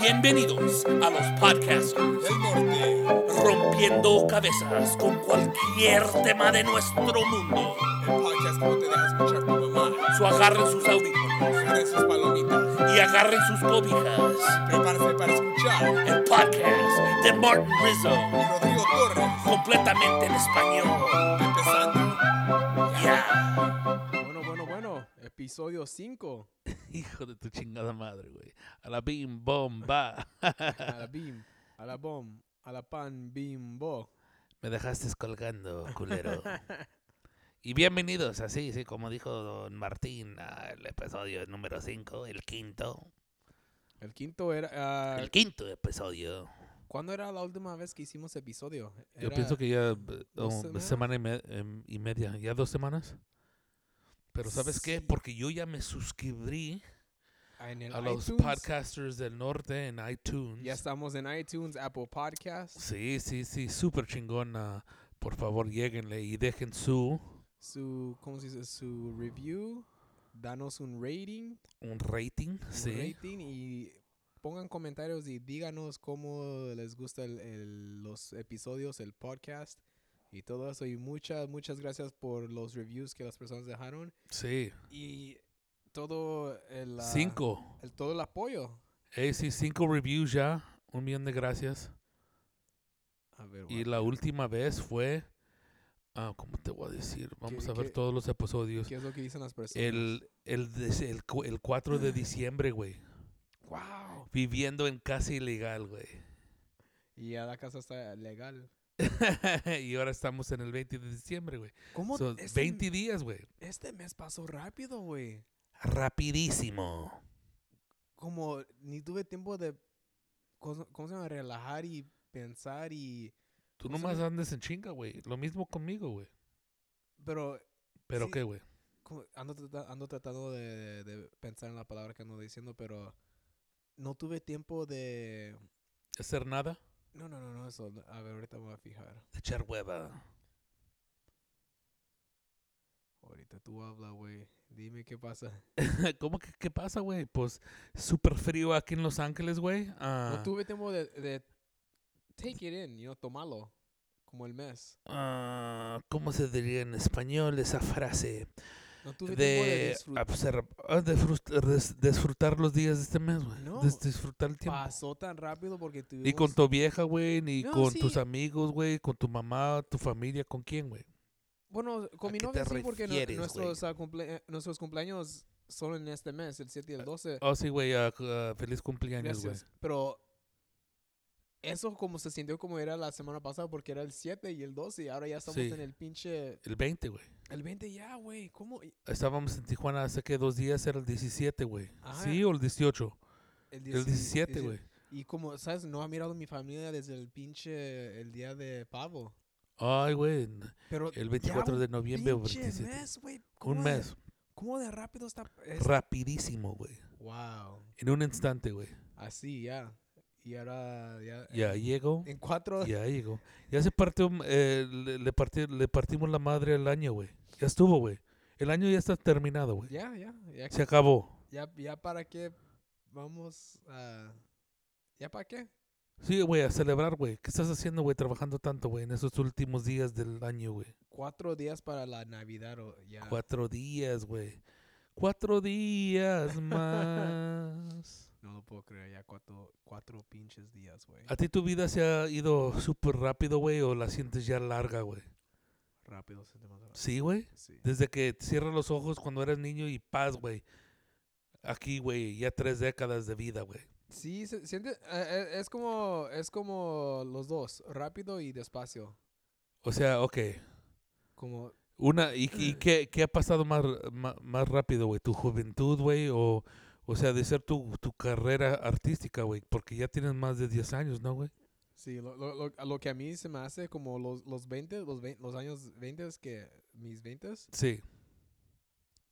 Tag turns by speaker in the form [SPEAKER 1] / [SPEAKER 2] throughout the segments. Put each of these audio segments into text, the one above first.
[SPEAKER 1] Bienvenidos a los podcasters
[SPEAKER 2] del norte,
[SPEAKER 1] rompiendo cabezas con cualquier tema de nuestro mundo.
[SPEAKER 2] el podcast que no te deja escuchar tu mamá.
[SPEAKER 1] So agarren sus audífonos
[SPEAKER 2] Agarren sus palomitas,
[SPEAKER 1] y agarren sus cobijas.
[SPEAKER 2] prepárate para escuchar.
[SPEAKER 1] El podcast de Martin Rizzo,
[SPEAKER 2] Y Rodrigo Torres,
[SPEAKER 1] completamente en español.
[SPEAKER 2] empezando.
[SPEAKER 1] Yeah.
[SPEAKER 3] Bueno, bueno, bueno. Episodio 5.
[SPEAKER 1] Hijo de tu chingada madre, güey. A la bim bomba.
[SPEAKER 3] A la bim, a la bom, a la pan bimbo.
[SPEAKER 1] Me dejaste colgando, culero. Y bienvenidos, así, sí, como dijo don Martín, al episodio número 5, el quinto.
[SPEAKER 3] El quinto era. ah,
[SPEAKER 1] El quinto episodio.
[SPEAKER 3] ¿Cuándo era la última vez que hicimos episodio?
[SPEAKER 1] Yo
[SPEAKER 3] Era-
[SPEAKER 1] pienso que ya b-
[SPEAKER 3] dos
[SPEAKER 1] oh,
[SPEAKER 3] semanas.
[SPEAKER 1] semana y, me- em, y media, ya dos semanas. Pero ¿sabes qué?
[SPEAKER 3] Sí.
[SPEAKER 1] Porque yo ya me suscribí
[SPEAKER 3] ah, En el
[SPEAKER 1] a los
[SPEAKER 3] iTunes.
[SPEAKER 1] podcasters del norte en iTunes.
[SPEAKER 3] Ya estamos en iTunes, Apple Podcasts,
[SPEAKER 1] Sí, sí, sí, súper chingona. Por favor, lleguenle y dejen su
[SPEAKER 3] su, ¿cómo se dice? Su review, danos un rating,
[SPEAKER 1] un rating.
[SPEAKER 3] un
[SPEAKER 1] sí.
[SPEAKER 3] rating y pongan comentarios y díganos cómo les gusta el- el- los episodios, el podcast y todo eso. Y muchas, muchas gracias por los reviews que las personas dejaron.
[SPEAKER 1] Sí.
[SPEAKER 3] y todo el, ah,
[SPEAKER 1] Cinco.
[SPEAKER 3] el- todo el apoyo.
[SPEAKER 1] Eh, sí, cinco reviews ya. Un millón de gracias.
[SPEAKER 3] A ver,
[SPEAKER 1] Y
[SPEAKER 3] guau.
[SPEAKER 1] la última vez fue... Ah, ¿Cómo te voy a decir? Vamos a ver
[SPEAKER 3] qué-
[SPEAKER 1] todos los episodios.
[SPEAKER 3] ¿qué es lo que dicen las personas?
[SPEAKER 1] El, el, des- el, cu- el 4 de diciembre, güey.
[SPEAKER 3] wow.
[SPEAKER 1] Viviendo en casa ilegal, güey.
[SPEAKER 3] Y ya la casa está legal.
[SPEAKER 1] y ahora estamos en el 20 de diciembre, güey.
[SPEAKER 3] ¿Cómo
[SPEAKER 1] Son
[SPEAKER 3] este,
[SPEAKER 1] 20 días, güey.
[SPEAKER 3] este mes pasó rápido, güey?
[SPEAKER 1] Rapidísimo.
[SPEAKER 3] Como ni tuve tiempo de cos- ¿cómo se llama? relajar y pensar y
[SPEAKER 1] Tú
[SPEAKER 3] ¿Cómo se
[SPEAKER 1] nomás
[SPEAKER 3] llama?
[SPEAKER 1] andes en chinga, güey. Lo mismo conmigo, güey.
[SPEAKER 3] pero
[SPEAKER 1] Pero
[SPEAKER 3] Sí.
[SPEAKER 1] qué, güey.
[SPEAKER 3] como- ando, trata- ando tratando de, de pensar en la palabra que ando diciendo, pero no tuve tiempo de
[SPEAKER 1] Hacer nada.
[SPEAKER 3] no, no, no, no, eso. A ver, ahorita me voy a fijar.
[SPEAKER 1] Echar hueva.
[SPEAKER 3] Ahorita tú habla, güey. Dime qué pasa.
[SPEAKER 1] ¿Cómo que qué pasa, güey? Pues súper frío aquí en Los Ángeles, güey. Ah,
[SPEAKER 3] No tuve tiempo de, de take it in, you know, tomarlo como el mes.
[SPEAKER 1] ah, ¿Cómo se diría en español esa frase?
[SPEAKER 3] No tuve tiempo de
[SPEAKER 1] de,
[SPEAKER 3] disfrutar.
[SPEAKER 1] observ- ah, de frust- res- disfrutar los días de este mes, güey.
[SPEAKER 3] No.
[SPEAKER 1] Des- disfrutar el tiempo.
[SPEAKER 3] Pasó tan rápido porque tuvimos...
[SPEAKER 1] Ni con tu vieja, güey, ni
[SPEAKER 3] No,
[SPEAKER 1] con tus
[SPEAKER 3] sí.
[SPEAKER 1] amigos, güey, con tu mamá, tu familia, ¿con quién, güey?
[SPEAKER 3] Bueno, con
[SPEAKER 1] ¿A
[SPEAKER 3] mi
[SPEAKER 1] qué
[SPEAKER 3] novia
[SPEAKER 1] te
[SPEAKER 3] sí, porque no-
[SPEAKER 1] refieres,
[SPEAKER 3] nuestros, ah, cumple- nuestros cumpleaños son en este mes, el 7 y el 12.
[SPEAKER 1] Oh, sí, güey, ah, c- ah, feliz cumpleaños, güey.
[SPEAKER 3] Gracias. Pero eso como se sintió como era la semana pasada porque era el 7 y el 12 y ahora ya estamos
[SPEAKER 1] Sí.
[SPEAKER 3] en el pinche...
[SPEAKER 1] El 20, güey.
[SPEAKER 3] El 20 ya, güey. ¿Cómo? Y-
[SPEAKER 1] Estábamos en Tijuana hace que dos días, era el 17, güey.
[SPEAKER 3] Ajá.
[SPEAKER 1] ¿Sí o el 18? el
[SPEAKER 3] dieci-
[SPEAKER 1] 17,
[SPEAKER 3] dieci-
[SPEAKER 1] güey.
[SPEAKER 3] Y como, ¿sabes? No ha mirado mi familia desde el pinche... El día de pavo.
[SPEAKER 1] Ay, güey, n-
[SPEAKER 3] Pero
[SPEAKER 1] el 24 de noviembre o
[SPEAKER 3] pinche
[SPEAKER 1] 27.
[SPEAKER 3] mes, güey.
[SPEAKER 1] Un
[SPEAKER 3] ¿Cómo de-
[SPEAKER 1] mes.
[SPEAKER 3] ¿Cómo de rápido está? es-
[SPEAKER 1] Rapidísimo, güey.
[SPEAKER 3] wow.
[SPEAKER 1] En un instante, güey.
[SPEAKER 3] Así, ya. Y ahora, ya.
[SPEAKER 1] Ya
[SPEAKER 3] en,
[SPEAKER 1] llegó.
[SPEAKER 3] en cuatro.
[SPEAKER 1] Ya llegó. Ya se partió, eh, le, le parti- le partimos la madre al año, güey. Ya estuvo, güey. El año ya está terminado, güey.
[SPEAKER 3] Ya, ya. Ya,
[SPEAKER 1] Se acabó.
[SPEAKER 3] ya, ya para qué vamos a. ¿Ya para qué?
[SPEAKER 1] Sí, güey, a celebrar, güey. ¿Qué estás haciendo, güey, trabajando tanto, güey, en esos últimos días del año, güey?
[SPEAKER 3] Cuatro días para la Navidad o ya.
[SPEAKER 1] Cuatro días, güey. Cuatro días más.
[SPEAKER 3] No lo puedo creer, ya cuatro, cuatro pinches días, güey.
[SPEAKER 1] ¿A ti tu vida se ha ido súper rápido, güey, o la sientes ya larga, güey?
[SPEAKER 3] Rápido se te va a dar-
[SPEAKER 1] Sí, güey.
[SPEAKER 3] Sí.
[SPEAKER 1] Desde que cierras los ojos cuando eras niño y paz, güey. Aquí, güey, ya tres décadas de vida, güey.
[SPEAKER 3] Sí, se siente. eh, eh, es como. Es como los dos, rápido y despacio.
[SPEAKER 1] O sea, ok.
[SPEAKER 3] Como.
[SPEAKER 1] Una, ¿y, y qué, qué ha pasado más, más, más rápido, güey? ¿Tu juventud, güey? O, o sea, de ser tu, tu carrera artística, güey. Porque ya tienes más de 10 años, ¿no, güey?
[SPEAKER 3] Sí, lo, lo, lo- a lo que a mí se me hace como los, los 20, los, vein- los años 20 es que mis 20
[SPEAKER 1] Sí.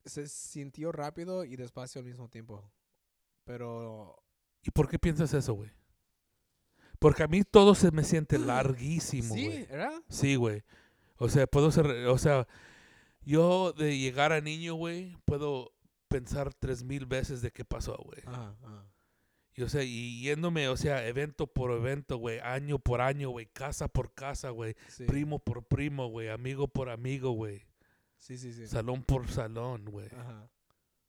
[SPEAKER 3] se sintió rápido y despacio al mismo tiempo. Pero
[SPEAKER 1] ¿Y por qué piensas eso, güey? Porque a mí todo se me siente larguísimo,
[SPEAKER 3] sí,
[SPEAKER 1] güey.
[SPEAKER 3] ¿verdad?
[SPEAKER 1] Sí, güey. eh, O sea, puedo ser, o sea, yo de llegar a niño, güey, puedo pensar tres mil veces de qué pasó, güey.
[SPEAKER 3] Ajá, ajá.
[SPEAKER 1] Y, o sea, y yéndome, o sea, evento por evento, güey, año por año, güey, casa por casa, güey,
[SPEAKER 3] Sí.
[SPEAKER 1] primo por primo, güey, amigo por amigo, güey,
[SPEAKER 3] sí, sí, Ah, sí.
[SPEAKER 1] salón por salón, güey.
[SPEAKER 3] Ajá.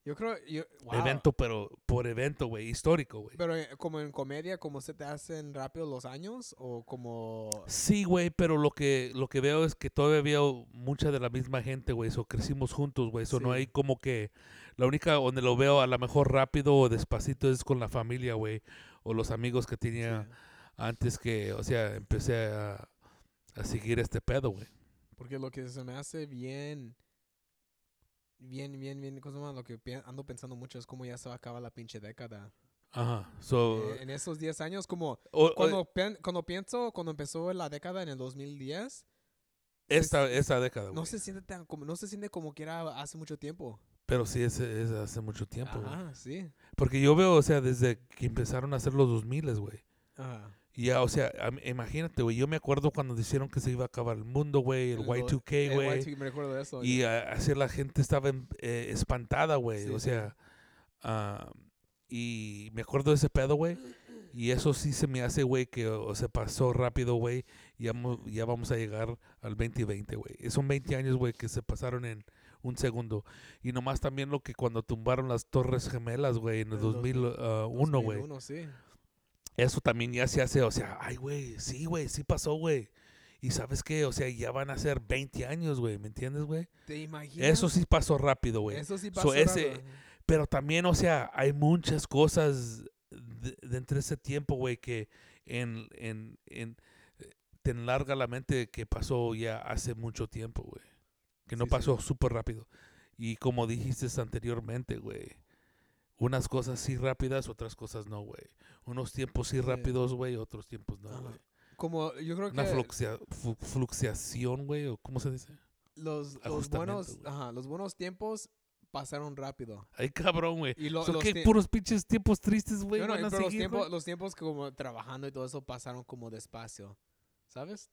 [SPEAKER 3] Yo creo, yo, wow.
[SPEAKER 1] Evento pero por evento, güey, histórico, güey.
[SPEAKER 3] Pero eh, como en comedia, como se te hacen rápido los años o como...
[SPEAKER 1] Sí, güey, pero lo que, lo que veo es que todavía veo mucha de la misma gente, güey. So crecimos juntos, güey. So no
[SPEAKER 3] Sí.
[SPEAKER 1] hay como que. La única donde lo veo a lo mejor rápido o despacito es con la familia, güey. O los amigos que tenía antes que, o sea, empecé a, a seguir este pedo, güey.
[SPEAKER 3] Porque lo que se me hace bien, bien, bien, bien, ¿cómo se llama? Lo que pien- ando pensando mucho es cómo ya se va a acabar la pinche década.
[SPEAKER 1] Ajá. So.
[SPEAKER 3] Eh, en esos 10 años, como
[SPEAKER 1] o- o-
[SPEAKER 3] cuando, pen- cuando pienso, cuando empezó la década en el 2010,
[SPEAKER 1] esta, esta década, Ah, güey.
[SPEAKER 3] pues, no se siente tan como, no se siente como que era hace mucho tiempo.
[SPEAKER 1] Pero sí, es, es hace mucho tiempo, güey.
[SPEAKER 3] Ajá, sí.
[SPEAKER 1] Porque yo veo, o sea, desde que empezaron a hacer los 2000, güey.
[SPEAKER 3] Ajá.
[SPEAKER 1] Ya, o sea, am- imagínate, güey. Yo me acuerdo cuando dijeron que se iba a acabar el mundo, güey, el
[SPEAKER 3] Lo-
[SPEAKER 1] Y2K,
[SPEAKER 3] el
[SPEAKER 1] güey.
[SPEAKER 3] Y2K, Eh, me recuerdo de eso.
[SPEAKER 1] Y a- así la gente estaba en- eh, espantada, güey.
[SPEAKER 3] Sí,
[SPEAKER 1] o
[SPEAKER 3] sí.
[SPEAKER 1] sea, ah, y me acuerdo de ese pedo, güey. Y eso sí se me hace, güey, que o, se pasó rápido, güey. Ya, mo- ya vamos a llegar al 2020, güey. Eh, Son 20 años, güey, que se pasaron en un segundo. Y nomás también lo que cuando tumbaron las Torres Gemelas, güey, en el
[SPEAKER 3] El dos mil-
[SPEAKER 1] 2001, güey.
[SPEAKER 3] 2001, sí.
[SPEAKER 1] Eso también ya se hace, o sea, ay, güey, sí, güey, sí pasó, güey. Y sabes qué, o sea, ya van a ser 20 años, güey, ¿me entiendes, güey?
[SPEAKER 3] ¿Te imaginas?
[SPEAKER 1] Eso sí pasó rápido, güey.
[SPEAKER 3] Eso sí
[SPEAKER 1] So,
[SPEAKER 3] pasó.
[SPEAKER 1] ese-
[SPEAKER 3] rápido.
[SPEAKER 1] Pero también, o sea, hay muchas cosas de, de entre ese tiempo, güey, que en, en, en, eh, te enlarga la mente que pasó ya hace mucho tiempo, güey. Que no
[SPEAKER 3] Sí, sí.
[SPEAKER 1] pasó súper rápido. Y como dijiste anteriormente, güey, unas cosas sí rápidas, otras cosas no, güey. Unos tiempos sí
[SPEAKER 3] Sí.
[SPEAKER 1] rápidos, güey, otros tiempos no,
[SPEAKER 3] Ajá.
[SPEAKER 1] güey.
[SPEAKER 3] Como yo creo
[SPEAKER 1] Una
[SPEAKER 3] que
[SPEAKER 1] fluxia- fu- fluctuación, güey, o cómo se dice.
[SPEAKER 3] los, los
[SPEAKER 1] ajustamento,
[SPEAKER 3] buenos,
[SPEAKER 1] güey.
[SPEAKER 3] ajá, los buenos tiempos pasaron rápido.
[SPEAKER 1] Ay, cabrón, güey.
[SPEAKER 3] Y lo-
[SPEAKER 1] Son
[SPEAKER 3] los
[SPEAKER 1] que
[SPEAKER 3] tie-
[SPEAKER 1] puros pinches tiempos tristes, güey.
[SPEAKER 3] No, no,
[SPEAKER 1] van a
[SPEAKER 3] pero los
[SPEAKER 1] seguir,
[SPEAKER 3] tiempos,
[SPEAKER 1] güey.
[SPEAKER 3] los tiempos que como trabajando y todo eso pasaron como despacio. ¿Sabes?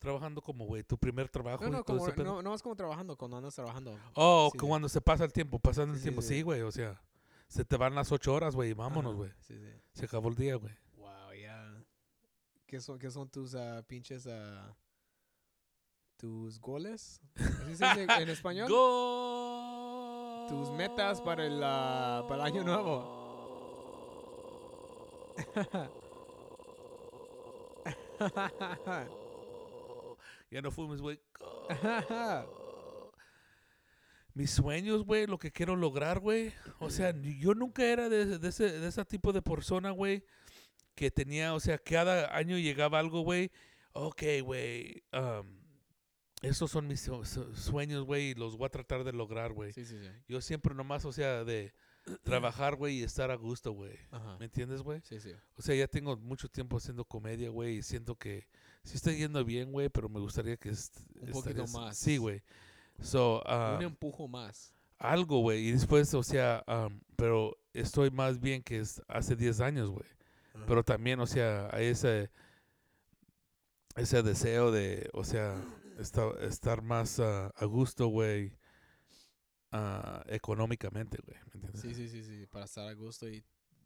[SPEAKER 1] Trabajando como, güey, tu primer trabajo
[SPEAKER 3] No,
[SPEAKER 1] y
[SPEAKER 3] no,
[SPEAKER 1] todo
[SPEAKER 3] como,
[SPEAKER 1] ese pedo.
[SPEAKER 3] no, no es como trabajando, cuando andas trabajando.
[SPEAKER 1] Oh,
[SPEAKER 3] Sí,
[SPEAKER 1] que
[SPEAKER 3] sí.
[SPEAKER 1] cuando se pasa el tiempo, pasando el
[SPEAKER 3] Sí, sí,
[SPEAKER 1] tiempo.
[SPEAKER 3] sí.
[SPEAKER 1] Sí, güey, o sea, se te van las ocho horas, güey, y vámonos,
[SPEAKER 3] Ajá,
[SPEAKER 1] güey.
[SPEAKER 3] Sí, sí.
[SPEAKER 1] Se acabó el día, güey.
[SPEAKER 3] Wow, ya. ¿Qué, son, ¿Qué son tus ah, pinches ah, tus goles? ¿Así se dice en español?
[SPEAKER 1] Gol.
[SPEAKER 3] Tus metas para el, ah, para el año
[SPEAKER 1] nuevo. ya no fumes, güey. Mis sueños, güey, lo que quiero lograr, güey. O sea, ni- yo nunca era de, de ese, de ese tipo de persona, güey, que tenía, o sea, cada año llegaba algo, güey. Ok, güey. um, esos son mis su- su- sueños, güey, y los voy a tratar de lograr, güey.
[SPEAKER 3] sí, sí, sí.
[SPEAKER 1] Yo siempre nomás, o sea, de trabajar, güey, y estar a gusto, güey.
[SPEAKER 3] Ajá.
[SPEAKER 1] ¿Me entiendes, güey?
[SPEAKER 3] Sí, sí.
[SPEAKER 1] O sea, ya tengo mucho tiempo haciendo comedia, güey, y siento que sí está yendo bien, güey, pero me gustaría que... est-
[SPEAKER 3] Un poquito
[SPEAKER 1] estarías-
[SPEAKER 3] más. em-,
[SPEAKER 1] Sí, güey. So, ah,
[SPEAKER 3] Un empujo más.
[SPEAKER 1] algo, güey, y después, o sea, am, pero estoy más bien que es hace 10 años, güey.
[SPEAKER 3] Ajá.
[SPEAKER 1] Pero también, o sea, hay ese, ese deseo de, o sea, esta- estar más ah, a gusto, güey, ah, económicamente, güey, ¿me entiendes?
[SPEAKER 3] Sí, sí, sí, sí, para estar a gusto y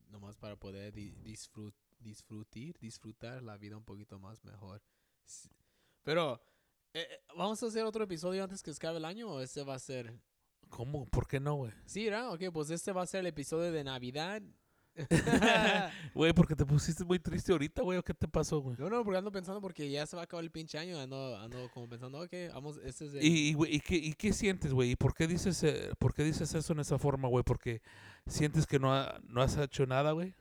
[SPEAKER 3] nomás para poder di- disfrut- disfrutir, disfrutar la vida un poquito más mejor. S- Pero, eh, eh, ¿vamos a hacer otro episodio antes que acabe el año o este va a ser?
[SPEAKER 1] ¿Cómo? ¿Por qué no, güey?
[SPEAKER 3] Sí, ¿verdad? Ok, pues este va a ser el episodio de Navidad.
[SPEAKER 1] Güey, porque te pusiste muy triste ahorita, güey, ¿o qué te pasó, güey?
[SPEAKER 3] no, no, porque ando pensando porque ya se va a acabar el pinche año. Ando, ando como pensando, ok, vamos, este es el...
[SPEAKER 1] ¿Y, y, güey, ¿y qué, y qué sientes, güey? ¿Y por qué, dices, eh, por qué dices eso en esa forma, güey? ¿Porque sientes que no, ha- no has hecho nada, güey?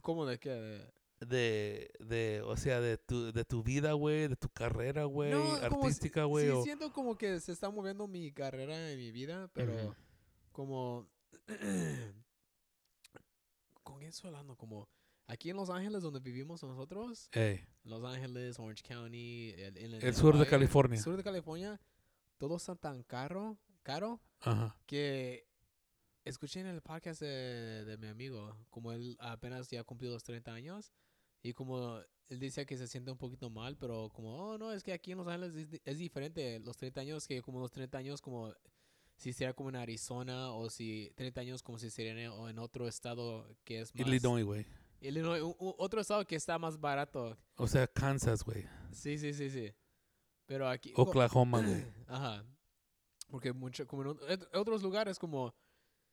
[SPEAKER 3] ¿Cómo de qué?
[SPEAKER 1] De, de, o sea, de tu, de tu vida, güey, de tu carrera, güey,
[SPEAKER 3] No, como si-
[SPEAKER 1] artística, güey.
[SPEAKER 3] Sí,
[SPEAKER 1] o-
[SPEAKER 3] siento como que se está moviendo mi carrera y mi vida, pero como... ¿Con quién estoy hablando? Como aquí en Los Ángeles, donde vivimos nosotros,
[SPEAKER 1] Ey,
[SPEAKER 3] Los Ángeles, Orange County, el, Inland
[SPEAKER 1] el sur de
[SPEAKER 3] Empire,
[SPEAKER 1] California.
[SPEAKER 3] El sur de California, todo está tan caro, caro
[SPEAKER 1] Ajá.
[SPEAKER 3] que escuché en el podcast de, de mi amigo, como él apenas ya cumplió los 30 años, y como él decía que se siente un poquito mal, pero como, oh, no, es que aquí en Los Ángeles es, di- es diferente, los 30 años, que como los 30 años como si sería como en Arizona o si 30 años como si sería en, o en otro estado que es más...
[SPEAKER 1] Illinois, güey.
[SPEAKER 3] Illinois, u- u- otro estado que está más barato.
[SPEAKER 1] O sea, Kansas, güey.
[SPEAKER 3] Sí, sí, sí, sí. Pero aquí... co-
[SPEAKER 1] Oklahoma, güey.
[SPEAKER 3] Ajá. Porque mucho, como en ot- et- otros lugares como...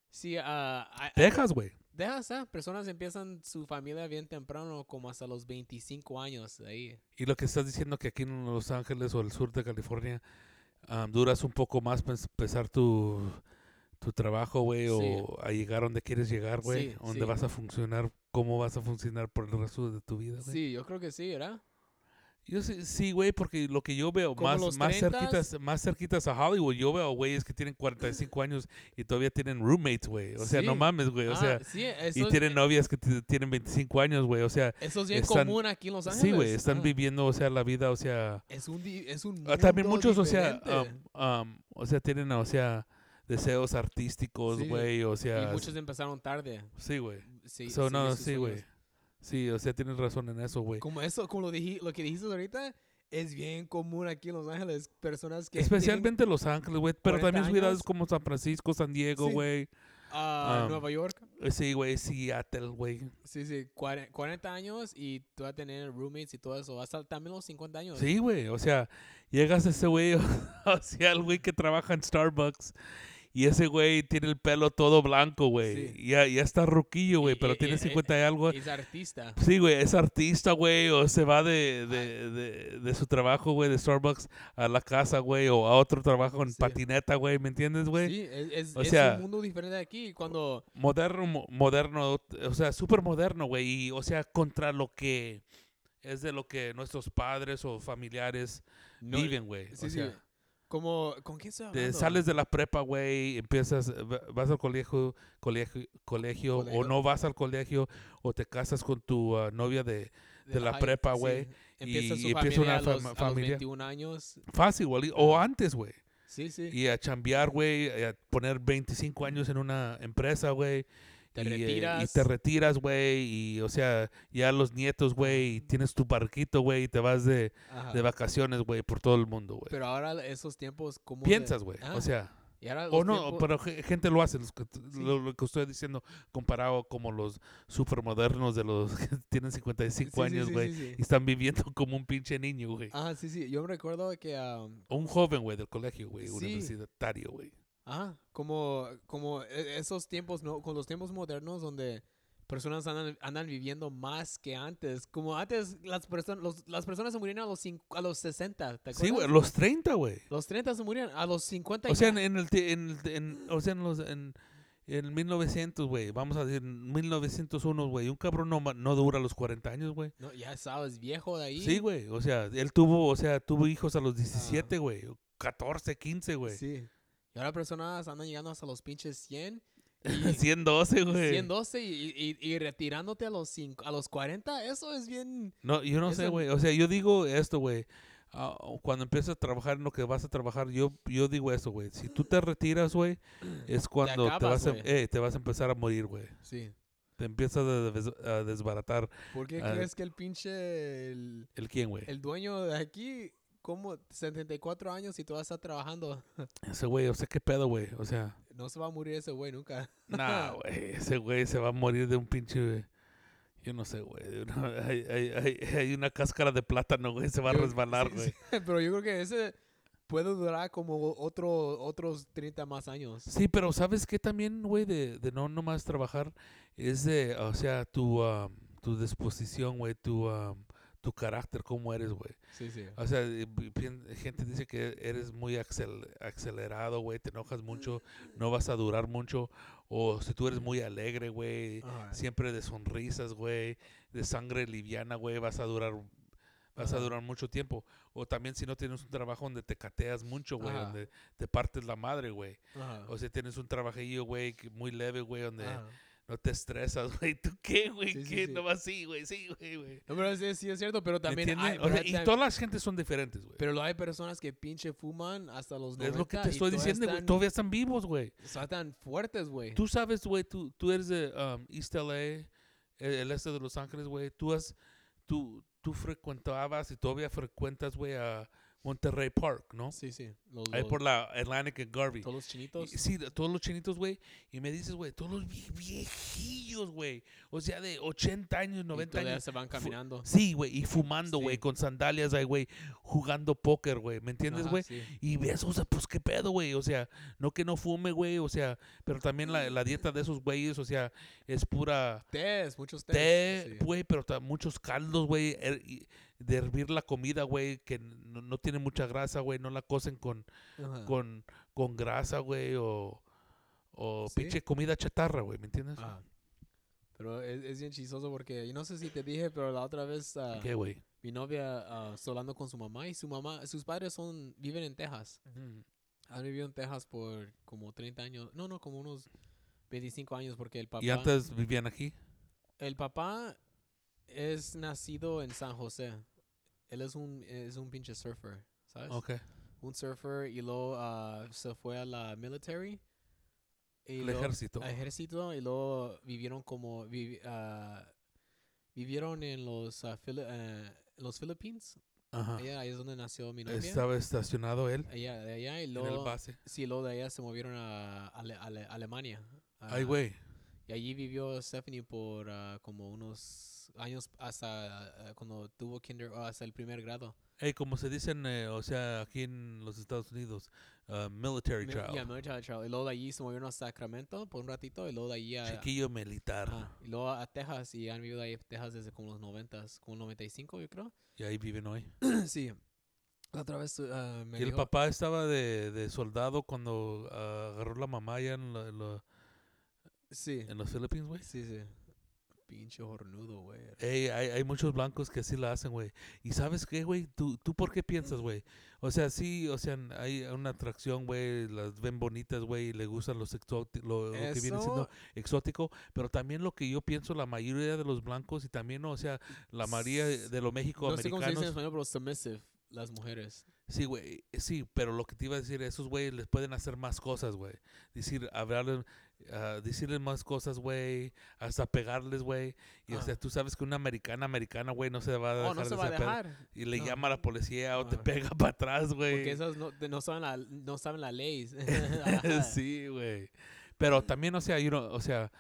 [SPEAKER 3] Sí, ah, hay- hay-
[SPEAKER 1] Texas, güey.
[SPEAKER 3] Dejas, ah, personas empiezan su familia bien temprano, como hasta los 25 años ahí.
[SPEAKER 1] Y lo que estás diciendo que aquí en Los Ángeles o el sur de California ah, duras un poco más para empezar tu, tu trabajo, güey,
[SPEAKER 3] Sí.
[SPEAKER 1] o a llegar donde quieres llegar, güey,
[SPEAKER 3] Sí,
[SPEAKER 1] donde
[SPEAKER 3] sí.
[SPEAKER 1] vas a funcionar, cómo vas a funcionar por el resto de tu vida, güey.
[SPEAKER 3] Sí, yo creo que sí, ¿verdad?
[SPEAKER 1] Yo sí, sí, güey, porque lo que yo veo,
[SPEAKER 3] Como
[SPEAKER 1] más,
[SPEAKER 3] los
[SPEAKER 1] más,
[SPEAKER 3] 30s.
[SPEAKER 1] cerquitas, más cerquitas a Hollywood, yo veo güeyes que tienen 45 años y todavía tienen roommates, güey. O sea, no
[SPEAKER 3] Sí.
[SPEAKER 1] mames, güey. O
[SPEAKER 3] Ah,
[SPEAKER 1] sea,
[SPEAKER 3] sí, eso,
[SPEAKER 1] y
[SPEAKER 3] es- eh
[SPEAKER 1] tienen novias que t- tienen 25 años, güey. O sea,
[SPEAKER 3] eso es bien
[SPEAKER 1] están-
[SPEAKER 3] común aquí en Los Ángeles.
[SPEAKER 1] sí, güey, están
[SPEAKER 3] ah.
[SPEAKER 1] viviendo, o sea, la vida, o sea...
[SPEAKER 3] Es un, di- es un
[SPEAKER 1] Ah, También
[SPEAKER 3] mundo
[SPEAKER 1] muchos, o sea,
[SPEAKER 3] diferente.
[SPEAKER 1] um, um, o sea, tienen, o sea, deseos artísticos,
[SPEAKER 3] Sí.
[SPEAKER 1] güey, o sea,
[SPEAKER 3] y muchos empezaron tarde.
[SPEAKER 1] sí, güey.
[SPEAKER 3] Sí,
[SPEAKER 1] So,
[SPEAKER 3] siguen
[SPEAKER 1] no,
[SPEAKER 3] sus
[SPEAKER 1] sí, güey.
[SPEAKER 3] sueños.
[SPEAKER 1] Sí, o sea, tienes razón en eso, güey.
[SPEAKER 3] Como eso, como lo, dije, lo que dijiste ahorita, es bien común aquí en Los Ángeles. Personas que. tienen,
[SPEAKER 1] Especialmente Los Ángeles, güey, pero
[SPEAKER 3] 40
[SPEAKER 1] también ciudades
[SPEAKER 3] años.
[SPEAKER 1] como San Francisco, San Diego,
[SPEAKER 3] Sí.
[SPEAKER 1] güey.
[SPEAKER 3] ah,
[SPEAKER 1] um,
[SPEAKER 3] Nueva York.
[SPEAKER 1] Eh, Sí, güey, Seattle, güey.
[SPEAKER 3] Sí, sí, cuare- 40 años y tú vas a tener roommates y todo eso. Hasta también los 50 años.
[SPEAKER 1] Sí, güey, o sea, llegas a ese güey, o sea, el güey que trabaja en Starbucks. Y ese güey tiene el pelo todo blanco, güey.
[SPEAKER 3] Sí.
[SPEAKER 1] Ya, ya está ruquillo, güey,
[SPEAKER 3] Y-
[SPEAKER 1] pero
[SPEAKER 3] y- e,
[SPEAKER 1] tiene
[SPEAKER 3] y-
[SPEAKER 1] 50 y algo.
[SPEAKER 3] Es artista.
[SPEAKER 1] Sí, güey, es artista, güey, o se va de, de, de, de su trabajo, güey, de Starbucks a la casa, güey, o a otro trabajo en
[SPEAKER 3] Sí.
[SPEAKER 1] patineta, güey, ¿me entiendes, güey?
[SPEAKER 3] Sí, es, es-
[SPEAKER 1] O
[SPEAKER 3] es
[SPEAKER 1] sea-
[SPEAKER 3] un mundo diferente de aquí. Cuando.
[SPEAKER 1] Moderno, mo- moderno, o sea, súper moderno, güey, y, o sea, contra lo que es de lo que nuestros padres o familiares
[SPEAKER 3] no-
[SPEAKER 1] viven, güey.
[SPEAKER 3] Sí,
[SPEAKER 1] o
[SPEAKER 3] sí.
[SPEAKER 1] sea,
[SPEAKER 3] Como, ¿con quién estoy
[SPEAKER 1] te
[SPEAKER 3] hablando?
[SPEAKER 1] sales de la prepa, güey, empiezas, va- vas al colegio, colegio, colegio, o
[SPEAKER 3] Colegio.
[SPEAKER 1] no vas al colegio, o te casas con tu ah, novia de de la
[SPEAKER 3] high-
[SPEAKER 1] prepa,
[SPEAKER 3] sí.
[SPEAKER 1] güey,
[SPEAKER 3] Empieza
[SPEAKER 1] y
[SPEAKER 3] su
[SPEAKER 1] empieza
[SPEAKER 3] familia
[SPEAKER 1] una
[SPEAKER 3] a los,
[SPEAKER 1] fam-
[SPEAKER 3] a los
[SPEAKER 1] familia.
[SPEAKER 3] 21 años.
[SPEAKER 1] fácil, güey, o antes, güey.
[SPEAKER 3] Sí, sí.
[SPEAKER 1] y a chambear, güey, eh, a poner 25 años en una empresa, güey.
[SPEAKER 3] Te
[SPEAKER 1] y, eh, y
[SPEAKER 3] retiras.
[SPEAKER 1] te retiras, güey. Y, o sea, ya los nietos, güey. Y tienes tu barquito, güey. Y te vas de,
[SPEAKER 3] Ajá.
[SPEAKER 1] de vacaciones, güey, por todo el mundo, güey.
[SPEAKER 3] Ah. Pero ahora esos tiempos, ¿cómo? de-
[SPEAKER 1] Piensas, güey.
[SPEAKER 3] Ah,
[SPEAKER 1] O sea,
[SPEAKER 3] y ahora
[SPEAKER 1] o
[SPEAKER 3] los
[SPEAKER 1] no,
[SPEAKER 3] tiempos-
[SPEAKER 1] pero ge- gente lo hace. los que-
[SPEAKER 3] Sí.
[SPEAKER 1] lo, lo que estoy diciendo, comparado como los supermodernos de los que tienen 55
[SPEAKER 3] Sí, sí,
[SPEAKER 1] años,
[SPEAKER 3] sí,
[SPEAKER 1] güey.
[SPEAKER 3] sí, sí.
[SPEAKER 1] Y están viviendo como un pinche niño, güey.
[SPEAKER 3] Ah, sí, sí. Yo me recuerdo que. um,
[SPEAKER 1] O un joven, güey, del colegio, güey.
[SPEAKER 3] Sí.
[SPEAKER 1] Universitario, güey.
[SPEAKER 3] Ah, como, como e- esos tiempos, ¿no? Con los tiempos modernos donde personas andan, andan viviendo más que antes. Como antes las, personas los- las personas se morían a los, cin- a los 60, ¿te
[SPEAKER 1] Sí, güey,
[SPEAKER 3] acuerdas?
[SPEAKER 1] los 30, güey.
[SPEAKER 3] Los 30 se morían, a los 50
[SPEAKER 1] O sea, en,
[SPEAKER 3] ya-
[SPEAKER 1] en el, ti- en, el- en- o sea, en los, en, en 1900, güey, vamos a decir, en 1901, güey, un cabrón no, ma- no dura los 40 años, güey.
[SPEAKER 3] no, ya estabas viejo de ahí.
[SPEAKER 1] Sí, güey, o sea, él tuvo, o sea, tuvo hijos a los 17, güey, o 14, 15, güey.
[SPEAKER 3] Sí. Y ahora personas andan llegando hasta los pinches 100,
[SPEAKER 1] 112, güey.
[SPEAKER 3] 112 y, y, y retirándote a los, cinco- a los 40, eso es bien...
[SPEAKER 1] No, yo no sé,
[SPEAKER 3] Eso-
[SPEAKER 1] güey. O sea, yo digo esto, güey. ah, cuando empiezas a trabajar en lo que vas a trabajar, yo, yo digo eso, güey. Si tú te retiras, güey, es cuando te,
[SPEAKER 3] acabas,
[SPEAKER 1] vas a,
[SPEAKER 3] güey.
[SPEAKER 1] eh, te vas a empezar a morir, güey.
[SPEAKER 3] Sí.
[SPEAKER 1] Te empiezas a, des- a desbaratar.
[SPEAKER 3] ¿Por qué
[SPEAKER 1] Ah.
[SPEAKER 3] crees que el pinche... el-
[SPEAKER 1] ¿El quién, güey?
[SPEAKER 3] El dueño de aquí, como 74 años y todavía está trabajando.
[SPEAKER 1] Ese güey, o sea, qué pedo, güey. O sea,
[SPEAKER 3] No se va a morir ese güey nunca.
[SPEAKER 1] nah, güey. Ese güey se va a morir de un pinche. Yo no sé, güey. de una- Hay, hay- hay- hay una cáscara de plátano, güey. Se va a
[SPEAKER 3] Yo-
[SPEAKER 1] resbalar,
[SPEAKER 3] sí, sí,
[SPEAKER 1] güey.
[SPEAKER 3] Pero yo creo que ese puede durar como otro, otros 30 más años.
[SPEAKER 1] Sí, pero ¿sabes qué también, güey? De, de no nomás trabajar es de, o sea, tu, ah, tu disposición, güey. Tu, ah, tu carácter, cómo eres, güey.
[SPEAKER 3] Sí, sí.
[SPEAKER 1] O sea, eh, pi- pien- gente dice que eres muy accel- acelerado, güey. Te enojas mucho. No vas a durar mucho. O si tú eres muy alegre, güey.
[SPEAKER 3] Ajá.
[SPEAKER 1] siempre de sonrisas, güey, de sangre liviana, güey, vas a durar vas a
[SPEAKER 3] Ajá.
[SPEAKER 1] durar mucho tiempo. O también si no tienes un trabajo donde te cateas mucho, güey,
[SPEAKER 3] Ajá.
[SPEAKER 1] donde te partes la madre, güey.
[SPEAKER 3] Ajá.
[SPEAKER 1] O si tienes un trabajillo, güey, que muy leve, güey, donde
[SPEAKER 3] Ajá.
[SPEAKER 1] no te estresas, güey. ¿Tú qué, güey?
[SPEAKER 3] Sí, sí,
[SPEAKER 1] ¿Qué?
[SPEAKER 3] sí.
[SPEAKER 1] No vas así, güey. Sí, güey, güey.
[SPEAKER 3] No, pero sí, sí es cierto, pero
[SPEAKER 1] ¿Me
[SPEAKER 3] también
[SPEAKER 1] entiendes?
[SPEAKER 3] hay,
[SPEAKER 1] O
[SPEAKER 3] pero,
[SPEAKER 1] sea,
[SPEAKER 3] hay
[SPEAKER 1] y
[SPEAKER 3] tam-
[SPEAKER 1] todas las gentes son diferentes, güey.
[SPEAKER 3] pero lo hay personas que pinche fuman hasta los 90.
[SPEAKER 1] Es lo que te
[SPEAKER 3] y
[SPEAKER 1] estoy
[SPEAKER 3] todavía
[SPEAKER 1] diciendo, güey.
[SPEAKER 3] están-
[SPEAKER 1] Todavía están vivos, güey.
[SPEAKER 3] Están tan fuertes, güey.
[SPEAKER 1] Tú sabes, güey, tú, tú eres de um, East LA, eh, el, este de Los Ángeles, güey. Tú has, tú, tú frecuentabas y todavía frecuentas, güey, a Monterrey Park, ¿no?
[SPEAKER 3] Sí, sí. Los,
[SPEAKER 1] Ahí
[SPEAKER 3] los-
[SPEAKER 1] por la Atlantic and Garvey.
[SPEAKER 3] todos los
[SPEAKER 1] Y-
[SPEAKER 3] chinitos.
[SPEAKER 1] Sí, de todos los chinitos, güey. Y me dices, güey, todos los vie- viejillos, güey. O sea, de 80
[SPEAKER 3] y
[SPEAKER 1] años, 90
[SPEAKER 3] todavía
[SPEAKER 1] años.
[SPEAKER 3] se van
[SPEAKER 1] fu-
[SPEAKER 3] caminando.
[SPEAKER 1] Sí, güey, y fumando, güey,
[SPEAKER 3] Sí.
[SPEAKER 1] con sandalias ahí, güey, jugando póker, güey. ¿Me entiendes,
[SPEAKER 3] Ajá,
[SPEAKER 1] güey?
[SPEAKER 3] sí.
[SPEAKER 1] Y ves, o sea, pues qué pedo, güey. O sea, no que no fume, güey. O sea, pero también la, la dieta de esos güeyes, o sea, es pura
[SPEAKER 3] Tés, muchos tés.
[SPEAKER 1] té,
[SPEAKER 3] sí.
[SPEAKER 1] güey, pero ta- muchos caldos, güey, her- y- de hervir la comida, güey, que no, no tiene mucha grasa, güey, no la cocen con,
[SPEAKER 3] Ajá.
[SPEAKER 1] con, con grasa, güey, o, o
[SPEAKER 3] Sí. Ah.
[SPEAKER 1] pinche comida chatarra, güey, ¿me entiendes?
[SPEAKER 3] Ajá. Pero es, es bien chistoso porque, y no sé si te dije, pero la otra vez ah,
[SPEAKER 1] ¿Qué, güey?
[SPEAKER 3] mi novia ah, estaba hablando con su mamá y su mamá, sus padres son, viven en Texas. Han vivido en Texas por como 30 años, no, no, como unos 25 años porque el papá,
[SPEAKER 1] ¿Y antes vivían aquí?
[SPEAKER 3] el papá es nacido en San José. Él es un, es un pinche surfer, ¿sabes?
[SPEAKER 1] Ok.
[SPEAKER 3] Un surfer y luego ah, se fue a la military. y
[SPEAKER 1] El
[SPEAKER 3] luego-
[SPEAKER 1] ejército.
[SPEAKER 3] a ejército y luego vivieron como vivi- ah, vivieron en los ah, Fili- eh, los Philippines
[SPEAKER 1] Ajá.
[SPEAKER 3] Allá- ahí es donde nació mi novia
[SPEAKER 1] Estaba estacionado él
[SPEAKER 3] allá de allá y
[SPEAKER 1] en el
[SPEAKER 3] luego
[SPEAKER 1] base.
[SPEAKER 3] sí luego de allá se movieron a Ale- Ale- Alemania
[SPEAKER 1] Ay,
[SPEAKER 3] Ah,
[SPEAKER 1] güey.
[SPEAKER 3] y allí vivió Stephanie por ah, como unos años hasta ah, cuando tuvo kinder o hasta el primer grado
[SPEAKER 1] Ey, como se dicen, eh, o sea, aquí en los Estados Unidos, uh, military
[SPEAKER 3] Mi-
[SPEAKER 1] child.
[SPEAKER 3] yeah, military child. y luego de allí se movieron a Sacramento por un ratito y luego de allí a,
[SPEAKER 1] Chiquillo militar.
[SPEAKER 3] Ajá, y luego a Texas y han vivido ahí en Texas desde como los 90, como 95 yo creo.
[SPEAKER 1] Y ahí viven hoy.
[SPEAKER 3] sí. La otra vez ah, me
[SPEAKER 1] Y el
[SPEAKER 3] dijo-
[SPEAKER 1] papá estaba de, de soldado cuando ah, agarró la mamá allá en, la- en la-
[SPEAKER 3] Sí,
[SPEAKER 1] en los Philippines, güey.
[SPEAKER 3] sí, sí. Pinche hornudo, güey.
[SPEAKER 1] Ey, hay, hay muchos blancos que así la hacen, güey. ¿Y sabes qué, güey? ¿Tú, ¿Tú por qué piensas, güey? O sea, sí, o sea, n- hay una atracción, güey, las ven bonitas, güey, y le gustan los exóti- lo, lo que viene siendo
[SPEAKER 3] Eso-
[SPEAKER 1] exótico, pero también lo que yo pienso, la mayoría de los blancos y también, o sea, la mayoría de los
[SPEAKER 3] No sé cómo se dice en
[SPEAKER 1] mexicoamericanos.
[SPEAKER 3] español, pero submissive, las mujeres.
[SPEAKER 1] Sí, güey, eh, sí, pero lo que te iba a decir, esos güeyes les pueden hacer más cosas, güey. Decir, hablarles, ah, decirles más cosas, güey, hasta pegarles, güey. Y o
[SPEAKER 3] Ah.
[SPEAKER 1] sea, tú sabes que una americana, americana, güey, no se va a dejar
[SPEAKER 3] Oh, no se
[SPEAKER 1] de
[SPEAKER 3] va a
[SPEAKER 1] ese pedo.
[SPEAKER 3] dejar.
[SPEAKER 1] Y le
[SPEAKER 3] no.
[SPEAKER 1] llama a la policía o te
[SPEAKER 3] Ah.
[SPEAKER 1] pega para atrás,
[SPEAKER 3] Porque
[SPEAKER 1] güey.
[SPEAKER 3] esas no, de- no saben la, no saben la ley. Ajá.
[SPEAKER 1] sí, güey. Pero también, o sea, you know, o sea,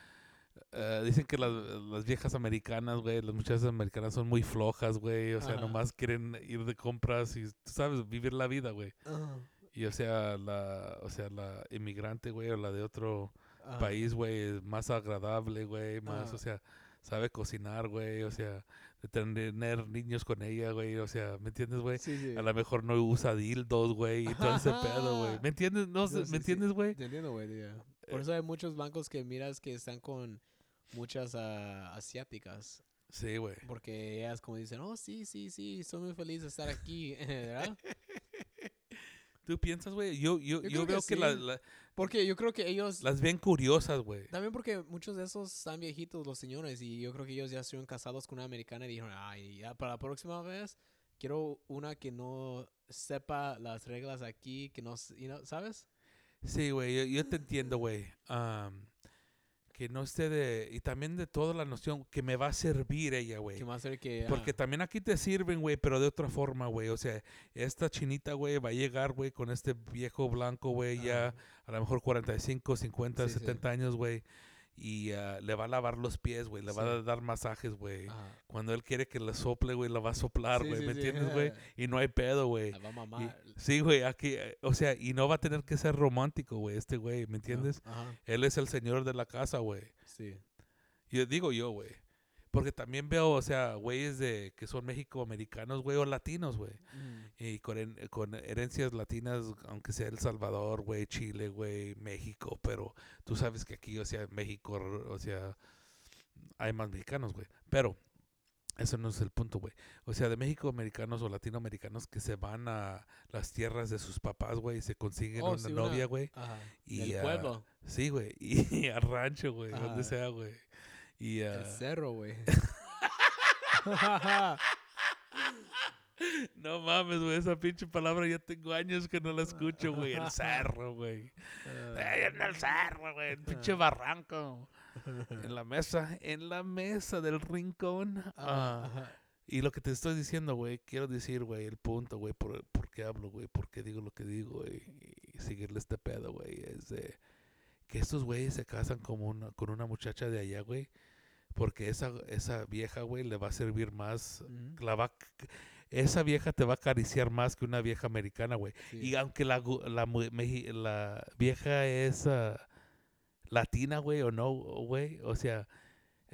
[SPEAKER 1] eh, dicen que las, las viejas americanas, güey, las muchachas americanas son muy flojas, güey. O sea,
[SPEAKER 3] Ajá.
[SPEAKER 1] nomás quieren ir de compras y, tú sabes, vivir la vida, güey.
[SPEAKER 3] Ajá.
[SPEAKER 1] Y o sea, la, o sea, la inmigrante, güey, o la de otro
[SPEAKER 3] Ajá.
[SPEAKER 1] país, güey, es más agradable, güey, más,
[SPEAKER 3] Ah.
[SPEAKER 1] o sea, sabe cocinar, güey, o sea, de tener niños con ella, güey, o sea, ¿me entiendes, güey?
[SPEAKER 3] Sí, sí.
[SPEAKER 1] A lo mejor no usa dildos, güey, y todo ese pedo, güey.
[SPEAKER 3] Ajá.
[SPEAKER 1] ¿Me entiendes? No, sé,
[SPEAKER 3] No, sí, sí.
[SPEAKER 1] ¿me entiendes, güey?
[SPEAKER 3] Te entiendo, güey. ya. Por eso hay muchos blancos que miras que están con muchas ah, asiáticas.
[SPEAKER 1] Sí, güey.
[SPEAKER 3] Porque ellas como dicen, oh, sí, sí, sí, soy muy feliz de estar aquí, ¿verdad?
[SPEAKER 1] ¿Tú piensas, güey? Yo, yo,
[SPEAKER 3] Yo
[SPEAKER 1] yo,
[SPEAKER 3] creo que
[SPEAKER 1] veo que, la-
[SPEAKER 3] sí.
[SPEAKER 1] la-
[SPEAKER 3] Porque yo creo que ellos,
[SPEAKER 1] las ven curiosas, güey.
[SPEAKER 3] también porque muchos de esos están viejitos, los señores, y yo creo que ellos ya estuvieron casados con una americana y dijeron, ay, ya para la próxima vez quiero una que no sepa las reglas aquí, que no, s- you know", ¿sabes?
[SPEAKER 1] Sí, güey, yo, yo te entiendo, güey. Am, que no esté de... Y también de toda la noción que me va a servir ella, güey.
[SPEAKER 3] Que más ser que... ah, ajá,
[SPEAKER 1] Porque también aquí te sirven, güey, pero de otra forma, güey. O sea, esta chinita, güey, va a llegar, güey, con este viejo blanco, güey, ya
[SPEAKER 3] ajá,
[SPEAKER 1] a lo mejor 45, 50,
[SPEAKER 3] Sí, sí.
[SPEAKER 1] 70 años, güey. Y ah, le va a lavar los pies, güey. Le va a dar masajes, güey.
[SPEAKER 3] ajá,
[SPEAKER 1] Cuando él quiere que le sople, güey, la va a soplar,
[SPEAKER 3] Ah. Sí,
[SPEAKER 1] ah, güey.
[SPEAKER 3] sí,
[SPEAKER 1] ¿Me
[SPEAKER 3] sí,
[SPEAKER 1] entiendes, güey?
[SPEAKER 3] ajá.
[SPEAKER 1] Y no hay pedo, güey.
[SPEAKER 3] la va a
[SPEAKER 1] Y-
[SPEAKER 3] mamar.
[SPEAKER 1] Sí, güey, aquí, eh, o sea, y no va a tener que ser romántico, güey, este güey, ¿me entiendes?
[SPEAKER 3] Ajá,
[SPEAKER 1] Él es el señor de la casa, güey.
[SPEAKER 3] sí.
[SPEAKER 1] Yo digo yo, güey. Porque también veo, o sea, güeyes de que son mexicoamericanos, güey, o latinos, güey.
[SPEAKER 3] Mm,
[SPEAKER 1] Y con, her- con herencias latinas, aunque sea El Salvador, güey, Chile, güey, México, pero tú sabes que aquí, o sea, en México, r- o sea, hay más mexicanos, güey. Pero eso no es el punto, güey. O sea, de México, americanos o latinoamericanos que se van a las tierras de sus papás, güey, y se consiguen
[SPEAKER 3] Oh,
[SPEAKER 1] una
[SPEAKER 3] sí, una-
[SPEAKER 1] novia, güey.
[SPEAKER 3] Ajá.
[SPEAKER 1] Y,
[SPEAKER 3] el
[SPEAKER 1] ah,
[SPEAKER 3] pueblo,
[SPEAKER 1] Sí, güey, y al rancho, güey,
[SPEAKER 3] Ajá.
[SPEAKER 1] donde sea, güey. Y, ah,
[SPEAKER 3] el cerro, güey.
[SPEAKER 1] No mames, güey, esa pinche palabra ya tengo años que no la escucho, güey. El cerro, güey. Ey, en el cerro, güey, en pinche barranco. En la mesa, en la mesa del rincón.
[SPEAKER 3] Ah,
[SPEAKER 1] Ah,
[SPEAKER 3] ajá.
[SPEAKER 1] Y lo que te estoy diciendo, güey, quiero decir, güey, el punto, güey, por, por qué hablo, güey, por qué digo lo que digo, güey, y seguirle este pedo, güey, es de que estos güeyes se casan como una, con una muchacha de allá, güey, porque esa, esa vieja, güey, le va a servir más,
[SPEAKER 3] Ujú.
[SPEAKER 1] la va, a- esa vieja te va a acariciar más que una vieja americana, güey.
[SPEAKER 3] Sí.
[SPEAKER 1] Y aunque la, gu- la, mu- meji- la vieja es ah, latina, güey, o no, güey, o sea,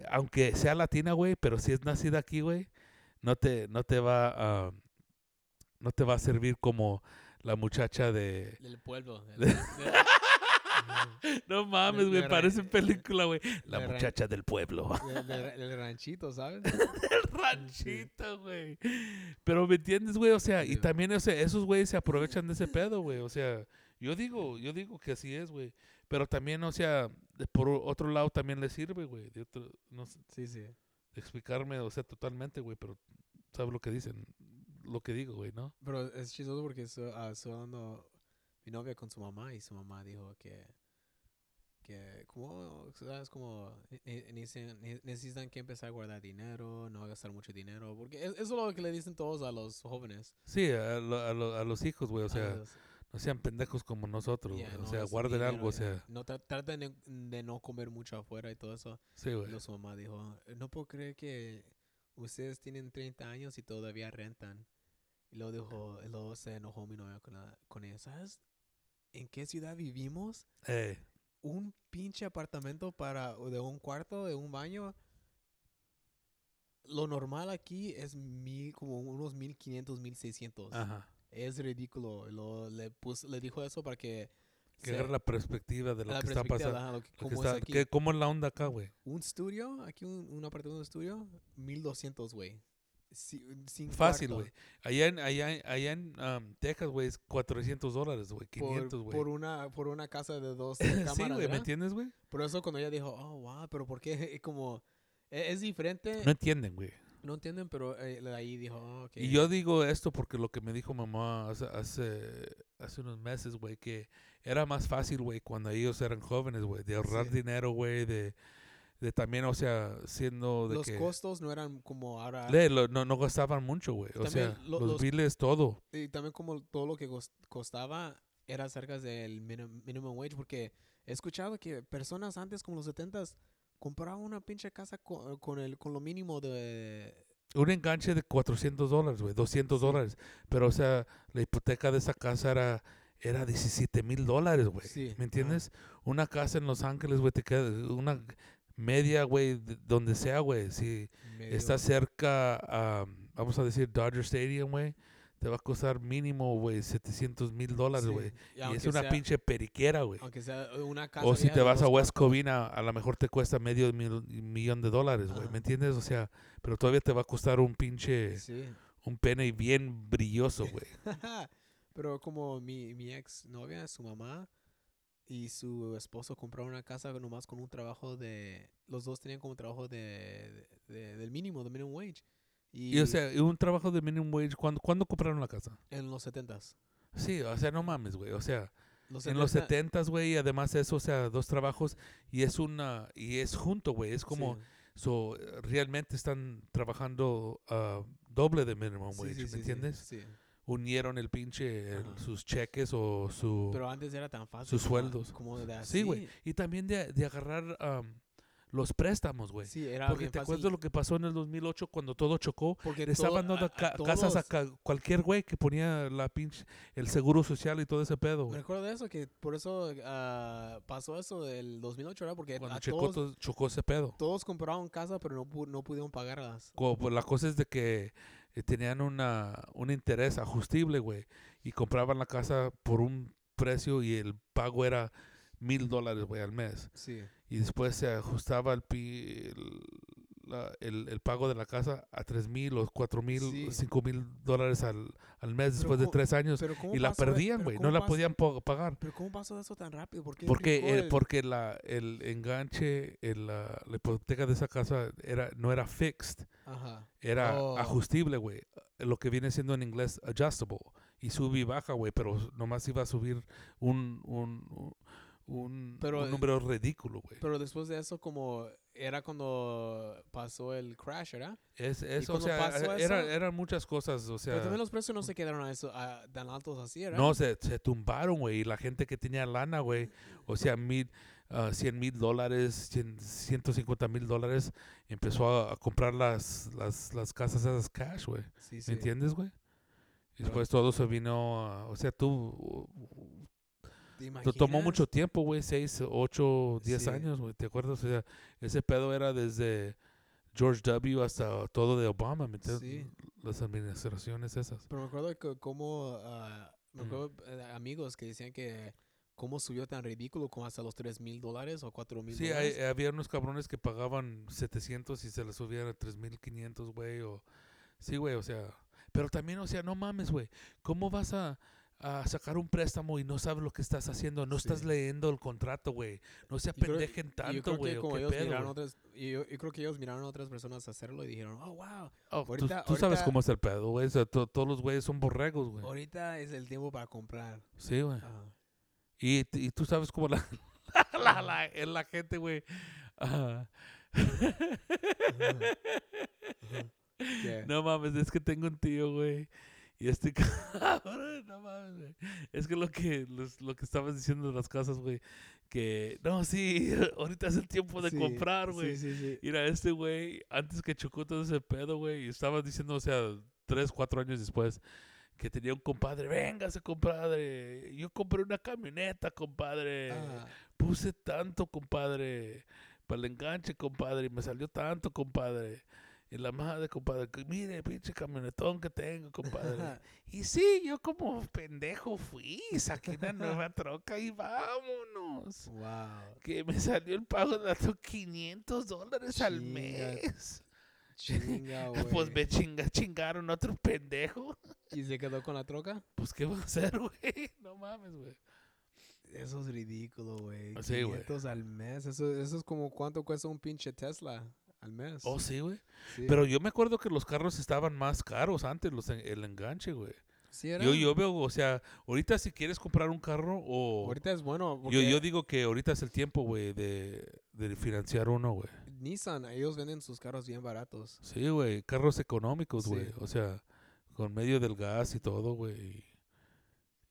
[SPEAKER 1] aunque sea latina, güey, pero si es nacida aquí, güey, no te, no te va a, no te va a servir como la muchacha de...
[SPEAKER 4] Del pueblo. del- del-
[SPEAKER 1] No mames,
[SPEAKER 3] de
[SPEAKER 1] güey,
[SPEAKER 3] ra-
[SPEAKER 1] parece película, güey. La
[SPEAKER 3] de ra-
[SPEAKER 1] muchacha del pueblo.
[SPEAKER 3] Del- del- del ranchito, ¿sabes?
[SPEAKER 1] El ranchito, güey. Pero me entiendes, güey, o sea, y
[SPEAKER 3] Sí.
[SPEAKER 1] también, o sea, esos güeyes se aprovechan de ese pedo, güey, o sea, yo digo, yo digo que así es, güey. Pero también, o sea, de- por o- otro lado también les sirve, güey, de otro, no sé,
[SPEAKER 3] Sí, sí.
[SPEAKER 1] explicarme, o sea, totalmente, güey, pero sabes lo que dicen, lo que digo, güey, ¿no?
[SPEAKER 3] Pero es chistoso porque estoy hablando mi novia con su mamá y su mamá dijo que, que como, ¿sabes? Como eh, ne- ne- necesitan, ne- necesitan que empezar a guardar dinero, no gastar mucho dinero, porque es- eso es lo que le dicen todos a los jóvenes.
[SPEAKER 1] Sí, a, lo- a lo- a los hijos, güey, o
[SPEAKER 3] a
[SPEAKER 1] sea,
[SPEAKER 3] los-
[SPEAKER 1] no sean pendejos como nosotros,
[SPEAKER 3] Ah. ya,
[SPEAKER 1] güey,
[SPEAKER 3] no
[SPEAKER 1] o sea,
[SPEAKER 3] gasten
[SPEAKER 1] guarden
[SPEAKER 3] dinero,
[SPEAKER 1] algo, o
[SPEAKER 3] ya,
[SPEAKER 1] sea,
[SPEAKER 3] No tra- traten de, de no comer mucho afuera y todo eso.
[SPEAKER 1] sí, güey.
[SPEAKER 3] Pero su mamá dijo, "Eh, no puedo creer que ustedes tienen 30 años y todavía rentan. Y luego dijo, y luego se enojó mi novia con, la, con ella. ¿Sabes en qué ciudad vivimos?
[SPEAKER 1] Eh,
[SPEAKER 3] Un pinche apartamento para o de un cuarto, de un baño. Lo normal aquí es mil, como unos 1500, 1600.
[SPEAKER 1] ajá.
[SPEAKER 3] Es ridículo. Y luego le, pus- le dijo eso para que...
[SPEAKER 1] Que
[SPEAKER 3] se-
[SPEAKER 1] agarre la perspectiva de lo
[SPEAKER 3] la
[SPEAKER 1] que está
[SPEAKER 3] perspectiva,
[SPEAKER 1] pasando.
[SPEAKER 3] ajá, lo que-
[SPEAKER 1] Lo que
[SPEAKER 3] cómo es
[SPEAKER 1] está-
[SPEAKER 3] aquí.
[SPEAKER 1] ¿qué- ¿Cómo es la onda acá, güey?
[SPEAKER 3] Un estudio, aquí un, un apartamento de estudio, 1200, güey. Si- sin
[SPEAKER 1] Fácil,
[SPEAKER 3] cuarto.
[SPEAKER 1] güey. Allá en, allá, en- allá en um, Texas, güey, es 400 dólares, güey.
[SPEAKER 3] Por,
[SPEAKER 1] 500, güey.
[SPEAKER 3] por una, por una casa de dos
[SPEAKER 1] Sí,
[SPEAKER 3] cámaras,
[SPEAKER 1] güey, ¿me
[SPEAKER 3] ¿verdad?
[SPEAKER 1] entiendes, güey?
[SPEAKER 3] Por eso cuando ella dijo, oh, wow, pero ¿por qué? Como, e- es, diferente.
[SPEAKER 1] No
[SPEAKER 3] No,
[SPEAKER 1] entienden, güey.
[SPEAKER 3] entienden, pero eh, la de ahí dijo, oh, ok.
[SPEAKER 1] Y yo digo esto porque lo que me dijo mamá hace, hace, hace unos meses, güey, que era más fácil, güey, cuando ellos eran jóvenes, güey, de ahorrar
[SPEAKER 3] Sí.
[SPEAKER 1] dinero, güey, de, de también, o sea, siendo de
[SPEAKER 3] Los
[SPEAKER 1] que...
[SPEAKER 3] costos no eran como ahora.
[SPEAKER 1] Le- lo- no, no gastaban mucho, güey. O
[SPEAKER 3] También
[SPEAKER 1] sea,
[SPEAKER 3] lo-
[SPEAKER 1] los,
[SPEAKER 3] los-
[SPEAKER 1] biles, todo.
[SPEAKER 3] Y también como todo lo que cos- costaba era cerca del minim- minimum wage, porque he escuchado que personas antes, como los 70s, compraban una pinche casa co- con, el, con lo mínimo de...
[SPEAKER 1] Un enganche de 400 dólares, güey, 200 dólares. Pero, o sea, la hipoteca de esa casa era, era 17 mil dólares, güey.
[SPEAKER 3] Sí, ajá.
[SPEAKER 1] ¿Me entiendes? Una casa en Los Ángeles, güey, te queda una media, güey, de- donde sea, güey. Si
[SPEAKER 3] medio-
[SPEAKER 1] está cerca, a, vamos a decir, Dodger Stadium, güey, te va a costar mínimo, güey, 700 mil dólares,
[SPEAKER 3] Sí.
[SPEAKER 1] güey.
[SPEAKER 3] Y
[SPEAKER 1] Y es
[SPEAKER 3] aunque
[SPEAKER 1] una
[SPEAKER 3] sea-
[SPEAKER 1] pinche periquera, güey.
[SPEAKER 3] Aunque sea una casa.
[SPEAKER 1] O si
[SPEAKER 3] vieja
[SPEAKER 1] te
[SPEAKER 3] de
[SPEAKER 1] vas a
[SPEAKER 3] dos-
[SPEAKER 1] West Covina, a lo mejor te cuesta medio mil- millón de dólares, güey.
[SPEAKER 3] Ajá.
[SPEAKER 1] ¿Me entiendes? O sea, pero todavía te va a costar un pinche,
[SPEAKER 3] Sí.
[SPEAKER 1] un pene bien brilloso, güey.
[SPEAKER 3] Pero como mi, mi ex novia, su mamá y su esposo compraron una casa nomás con un trabajo de. Los dos tenían como trabajo de, de- del mínimo, de minimum wage. Y,
[SPEAKER 1] Y, o sea, y un trabajo de minimum wage, ¿cuándo, ¿cuándo compraron la casa?
[SPEAKER 3] en los 70s.
[SPEAKER 1] Sí, o sea, no mames, güey. O sea,
[SPEAKER 3] Los
[SPEAKER 1] en los
[SPEAKER 3] 70s,
[SPEAKER 1] 70s, güey, y además eso, o sea, dos trabajos y es una, y es junto, güey. Es como,
[SPEAKER 3] sí.
[SPEAKER 1] so, realmente están trabajando ah, doble de minimum
[SPEAKER 3] Sí,
[SPEAKER 1] wage,
[SPEAKER 3] sí,
[SPEAKER 1] ¿me
[SPEAKER 3] sí, sí,
[SPEAKER 1] entiendes?
[SPEAKER 3] sí.
[SPEAKER 1] Unieron el pinche, el-
[SPEAKER 3] Ajá.
[SPEAKER 1] sus cheques o su...
[SPEAKER 3] Pero antes era tan fácil.
[SPEAKER 1] sus
[SPEAKER 3] como-
[SPEAKER 1] sueldos.
[SPEAKER 3] Como de así.
[SPEAKER 1] Sí, güey. Y también de, de agarrar am, los préstamos, güey.
[SPEAKER 3] Sí, era
[SPEAKER 1] Porque
[SPEAKER 3] bien
[SPEAKER 1] te
[SPEAKER 3] fácil.
[SPEAKER 1] cuento lo que pasó en el 2008 cuando todo chocó.
[SPEAKER 3] Porque
[SPEAKER 1] Le estaban
[SPEAKER 3] todo-
[SPEAKER 1] dando
[SPEAKER 3] a-
[SPEAKER 1] ca-
[SPEAKER 3] a
[SPEAKER 1] casas a
[SPEAKER 3] todos-
[SPEAKER 1] ca- cualquier güey que ponía la pinche, el seguro social y todo ese pedo,
[SPEAKER 3] Me
[SPEAKER 1] güey.
[SPEAKER 3] recuerdo de eso, que por eso ah, pasó eso del 2008, ¿verdad? Porque
[SPEAKER 1] Cuando
[SPEAKER 3] eh, a
[SPEAKER 1] chocó,
[SPEAKER 3] todos,
[SPEAKER 1] todo- chocó ese pedo.
[SPEAKER 3] todos compraron casa, pero no, pu- no pudieron pagarlas.
[SPEAKER 1] Co- pues, la cosa es de que eh, tenían una, un interés ajustible, güey. Y compraban la casa por un precio y el pago era mil dólares, güey, al mes.
[SPEAKER 3] Sí.
[SPEAKER 1] y después se ajustaba el, pi- el, la- el- el pago de la casa a tres mil o cuatro
[SPEAKER 3] Sí.
[SPEAKER 1] mil o cinco mil dólares al, al mes
[SPEAKER 3] Pero
[SPEAKER 1] después de
[SPEAKER 3] ¿cómo-
[SPEAKER 1] tres años
[SPEAKER 3] Pero ¿cómo
[SPEAKER 1] y la
[SPEAKER 3] pasó de-
[SPEAKER 1] perdían
[SPEAKER 3] pero
[SPEAKER 1] güey no
[SPEAKER 3] cómo
[SPEAKER 1] la
[SPEAKER 3] pas-
[SPEAKER 1] podían po- pagar
[SPEAKER 3] Pero ¿cómo pasó eso tan rápido? ¿Por qué
[SPEAKER 1] porque
[SPEAKER 3] brincó
[SPEAKER 1] eh,
[SPEAKER 3] el-
[SPEAKER 1] porque la el enganche el, la, la hipoteca de esa casa era no era fixed
[SPEAKER 3] Ajá.
[SPEAKER 1] era
[SPEAKER 3] Oh.
[SPEAKER 1] ajustible güey lo que viene siendo en inglés adjustable y sube y baja güey pero nomás iba a subir un un un, un-
[SPEAKER 3] Pero,
[SPEAKER 1] un
[SPEAKER 3] eh,
[SPEAKER 1] número ridículo güey
[SPEAKER 3] Pero después de eso, como eh, era cuando pasó el crash, ¿verdad?
[SPEAKER 1] Es, es, o
[SPEAKER 3] cuando
[SPEAKER 1] sea,
[SPEAKER 3] pasó
[SPEAKER 1] era-
[SPEAKER 3] eso-
[SPEAKER 1] eran muchas cosas, o sea,
[SPEAKER 3] Pero también los precios no se quedaron a eso, a- tan altos así, ¿verdad?
[SPEAKER 1] no, se, se tumbaron, güey, y la gente que tenía lana, güey, o sea, mil, ah, cien mil dólares, cien- 150 mil dólares, empezó a, a comprar las, las, las casas esas cash, güey, ¿me
[SPEAKER 3] Sí, sí.
[SPEAKER 1] entiendes, güey? Y
[SPEAKER 3] Pero-
[SPEAKER 1] después todo se vino, a- o sea, tú,
[SPEAKER 3] ¿Te
[SPEAKER 1] Te tomó
[SPEAKER 3] imaginas?
[SPEAKER 1] mucho tiempo, güey, seis, ocho, diez
[SPEAKER 3] Sí.
[SPEAKER 1] años, güey, ¿te acuerdas? O sea, ese pedo era desde George W. hasta todo de Obama, ¿me entiendes?
[SPEAKER 3] Sí.
[SPEAKER 1] Las administraciones esas.
[SPEAKER 3] Pero me acuerdo que como ah, me
[SPEAKER 1] Mm.
[SPEAKER 3] acuerdo, eh, amigos que decían que cómo subió tan ridículo como hasta los 3 mil dólares o 4 mil
[SPEAKER 1] Sí, hay-
[SPEAKER 3] dólares.
[SPEAKER 1] había unos cabrones que pagaban 700 y se les subían a 3500, güey, o... Sí, güey, o sea... Pero también, o sea, no mames, güey. ¿Cómo vas a, a sacar un préstamo y no sabes lo que estás haciendo? No estás
[SPEAKER 3] Sí.
[SPEAKER 1] leyendo el contrato, güey. No se
[SPEAKER 3] creo-
[SPEAKER 1] apendejen
[SPEAKER 3] Y yo
[SPEAKER 1] tanto,
[SPEAKER 3] creo
[SPEAKER 1] güey.
[SPEAKER 3] que
[SPEAKER 1] o
[SPEAKER 3] como
[SPEAKER 1] qué
[SPEAKER 3] ellos
[SPEAKER 1] pedo,
[SPEAKER 3] miraron
[SPEAKER 1] güey.
[SPEAKER 3] otras, y yo, yo creo que ellos miraron a otras personas hacerlo y dijeron, oh wow,
[SPEAKER 1] Oh, tú-
[SPEAKER 3] ahorita-
[SPEAKER 1] tú, sabes
[SPEAKER 3] ahorita-
[SPEAKER 1] cómo es el pedo, güey. O sea, to- todos los güeyes son borregos, güey.
[SPEAKER 3] ahorita es el tiempo para comprar.
[SPEAKER 1] Sí, güey.
[SPEAKER 3] Ah,
[SPEAKER 1] Y, t- y tú sabes cómo la, la, la- es la gente, güey. Ah.
[SPEAKER 3] ¿qué?
[SPEAKER 1] No mames, es que tengo un tío, güey. Y este cabrón, no mames, güey. Es que lo que, los- lo que estabas diciendo de las casas, güey. Que, no, sí, ahorita es el tiempo pues, de
[SPEAKER 3] Sí,
[SPEAKER 1] comprar,
[SPEAKER 3] sí,
[SPEAKER 1] güey.
[SPEAKER 3] Sí, sí,
[SPEAKER 1] Mira, este güey, antes que chocó todo ese pedo, güey, y estaba diciendo, o sea, tres, cuatro años después, que tenía un compadre, véngase, compadre, yo compré una camioneta, compadre,
[SPEAKER 3] Ah,
[SPEAKER 1] puse tanto, compadre, para el enganche, compadre, y me salió tanto, compadre, y la madre, compadre, que mire, pinche camionetón que tengo, compadre. y sí, yo como pendejo fui, saqué una nueva troca y vámonos
[SPEAKER 3] wow.
[SPEAKER 1] que me salió el pago de datos 500 dólares al
[SPEAKER 3] Chinga,
[SPEAKER 1] mes.
[SPEAKER 3] Chinga,
[SPEAKER 1] Pues
[SPEAKER 3] güey.
[SPEAKER 1] me chinga, chingaron otro pendejo.
[SPEAKER 3] ¿Y se quedó con la troca?
[SPEAKER 1] Pues qué va a hacer, güey. No mames, güey.
[SPEAKER 3] Eso es ridículo, güey.
[SPEAKER 1] Sí, güey.
[SPEAKER 3] 500 al mes. Eso, eso es como cuánto cuesta un pinche Tesla al mes.
[SPEAKER 1] Oh, sí, güey.
[SPEAKER 3] Sí.
[SPEAKER 1] Pero yo me acuerdo que los carros estaban más caros antes, los en- el enganche, güey.
[SPEAKER 3] Sí, era.
[SPEAKER 1] Yo, yo veo, o sea, ahorita si quieres comprar un carro o...
[SPEAKER 3] Ahorita es bueno.
[SPEAKER 1] yo,
[SPEAKER 3] porque
[SPEAKER 1] yo digo que ahorita es el tiempo, güey, de, de financiar uno, güey.
[SPEAKER 3] Nissan, ellos venden sus carros bien baratos.
[SPEAKER 1] Sí, güey, carros económicos,
[SPEAKER 3] Sí.
[SPEAKER 1] güey. O sea, con medio del gas y todo, güey.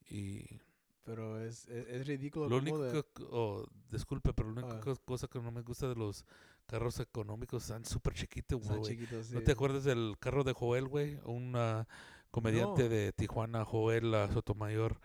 [SPEAKER 1] y
[SPEAKER 3] Pero es, es, es ridículo.
[SPEAKER 1] Lo
[SPEAKER 3] cómo
[SPEAKER 1] único
[SPEAKER 3] de-
[SPEAKER 1] que, oh, disculpe, pero la única
[SPEAKER 3] Ah.
[SPEAKER 1] cos- cosa que no me gusta de los carros económicos están súper chiquitos,
[SPEAKER 3] están
[SPEAKER 1] güey.
[SPEAKER 3] chiquitos,
[SPEAKER 1] ¿No
[SPEAKER 3] sí.
[SPEAKER 1] te acuerdas del carro de Joel, güey? Un ah, comediante
[SPEAKER 3] No.
[SPEAKER 1] de Tijuana, Joel ah, Sotomayor.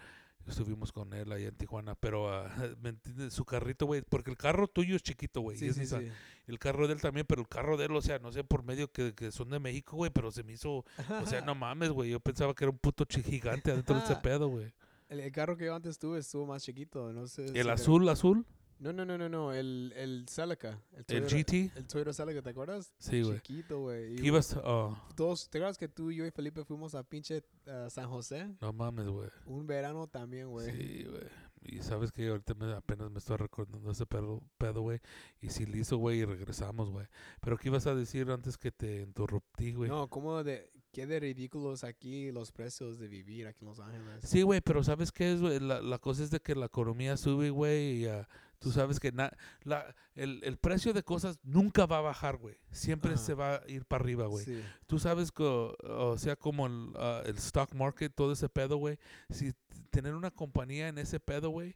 [SPEAKER 1] Estuvimos con él allá en Tijuana, pero ah, ¿me entiendes? Su carrito, güey, porque el carro tuyo es chiquito, güey. y
[SPEAKER 3] Sí,
[SPEAKER 1] es
[SPEAKER 3] sí,
[SPEAKER 1] Nissan.
[SPEAKER 3] sí.
[SPEAKER 1] El carro de él también, pero el carro de él, o sea, no sé por medio que, que son de México, güey, pero se me hizo, o sea, no mames, güey. Yo pensaba que era un puto chi- gigante adentro de ese pedo, güey.
[SPEAKER 3] El, el carro que yo antes tuve estuvo más chiquito. No sé. si
[SPEAKER 1] El
[SPEAKER 3] te-
[SPEAKER 1] azul, azul,
[SPEAKER 3] No, no, no, no, no. El, el Celica. El,
[SPEAKER 1] el
[SPEAKER 3] Toyota-
[SPEAKER 1] GT,
[SPEAKER 3] El Toyota Celica, ¿te acuerdas?
[SPEAKER 1] sí, güey.
[SPEAKER 3] Chiquito, güey.
[SPEAKER 1] Que
[SPEAKER 3] Y
[SPEAKER 1] ibas, oh,
[SPEAKER 3] todos- ¿Te acuerdas que tú, yo y Felipe fuimos a pinche ah, San José?
[SPEAKER 1] no mames, güey.
[SPEAKER 3] Un verano también, güey.
[SPEAKER 1] Sí, güey. Y sabes que ahorita me- apenas me estoy recordando ese pedo, pedo, güey. Y si listo, güey, y regresamos, güey. Pero ¿qué ibas a decir antes que te interrumpí, güey?
[SPEAKER 3] No, como de qué de ridículos aquí los precios de vivir aquí en Los Ángeles.
[SPEAKER 1] Sí, güey, pero ¿sabes qué es, güey? La, la cosa es de que la economía sube, güey, y ah, tú sabes que na- la, el, el precio de cosas nunca va a bajar, güey. Siempre
[SPEAKER 3] Ajá.
[SPEAKER 1] se va a ir para arriba, güey.
[SPEAKER 3] Sí.
[SPEAKER 1] Tú sabes que, o sea, como el, ah, el stock market, todo ese pedo, güey. Si t- tener una compañía en ese pedo, güey,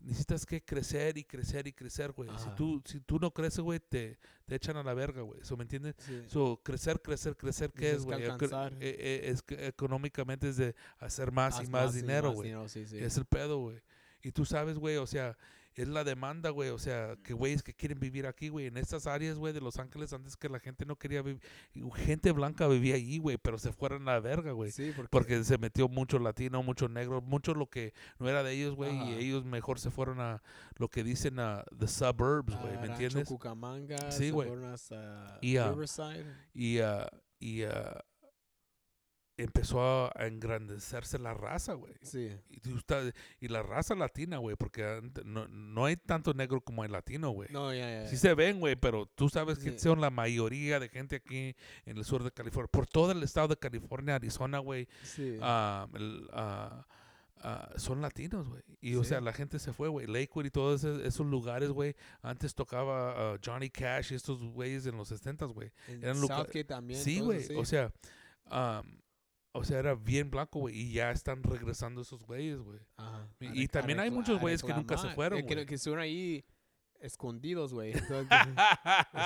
[SPEAKER 1] necesitas que crecer y crecer y crecer, güey. Si
[SPEAKER 3] Ajá.
[SPEAKER 1] tú, si tú no creces, güey, te, te echan a la verga, güey. ¿So me entiendes?
[SPEAKER 3] sí.
[SPEAKER 1] So, crecer, crecer, crecer, ¿qué
[SPEAKER 3] Dices
[SPEAKER 1] es,
[SPEAKER 3] que
[SPEAKER 1] güey? Econ-
[SPEAKER 3] alcanzar.
[SPEAKER 1] eh, eh, es que económicamente es de hacer más,
[SPEAKER 3] Haz
[SPEAKER 1] y más, dinero,
[SPEAKER 3] más
[SPEAKER 1] güey.
[SPEAKER 3] dinero, sí, sí.
[SPEAKER 1] Es el pedo, güey. Y tú sabes, güey, o sea, es la demanda, güey. O sea, que güeyes que quieren vivir aquí, güey. En estas áreas, güey, de Los Ángeles, antes que la gente no quería vivir. Gente blanca vivía allí, güey, pero se fueron a la verga, güey.
[SPEAKER 3] Sí, porque,
[SPEAKER 1] Porque se metió mucho latino, mucho negro, mucho lo que no era de ellos, güey.
[SPEAKER 3] Ajá.
[SPEAKER 1] Y ellos mejor se fueron a lo que dicen a the suburbs,
[SPEAKER 3] ah,
[SPEAKER 1] pues, güey, ¿me
[SPEAKER 3] Rancho
[SPEAKER 1] entiendes?
[SPEAKER 3] Cucamonga,
[SPEAKER 1] Sí,
[SPEAKER 3] se
[SPEAKER 1] güey.
[SPEAKER 3] fueron hasta
[SPEAKER 1] Y, ah,
[SPEAKER 3] Riverside.
[SPEAKER 1] Y, ah, y ah, empezó a a engrandecerse la raza, güey.
[SPEAKER 3] Sí.
[SPEAKER 1] Y, tú estás- y la raza latina, güey, porque ant- no, no hay tanto negro como hay latino, güey.
[SPEAKER 3] No, ya, ya.
[SPEAKER 1] Sí se ven, güey, pero tú sabes que
[SPEAKER 3] Sí.
[SPEAKER 1] son la mayoría de gente aquí en el Ah, sur de California, por todo el estado de California, Arizona, güey,
[SPEAKER 3] sí.
[SPEAKER 1] ah, el, ah, ah, son latinos, güey. Y, o
[SPEAKER 3] Sí.
[SPEAKER 1] sea, la gente se fue, güey. Lakewood y todos ese- esos lugares, güey. Antes tocaba ah, Johnny Cash y estos güeyes en los 60, güey.
[SPEAKER 3] En
[SPEAKER 1] Eran lugar-
[SPEAKER 3] Southgate también.
[SPEAKER 1] Sí,
[SPEAKER 3] todos
[SPEAKER 1] güey.
[SPEAKER 3] así.
[SPEAKER 1] O sea, am, o sea, era bien blanco, güey. Y ya están regresando esos güeyes, güey.
[SPEAKER 3] Ajá.
[SPEAKER 1] Y-
[SPEAKER 3] A
[SPEAKER 1] y
[SPEAKER 3] rec- a
[SPEAKER 1] también hay
[SPEAKER 3] recla-
[SPEAKER 1] muchos
[SPEAKER 3] a
[SPEAKER 1] güeyes que nunca se
[SPEAKER 3] reclamar,
[SPEAKER 1] fueron,
[SPEAKER 3] eh, Que,
[SPEAKER 1] güey.
[SPEAKER 3] que estuvieron ahí escondidos, güey. todo el-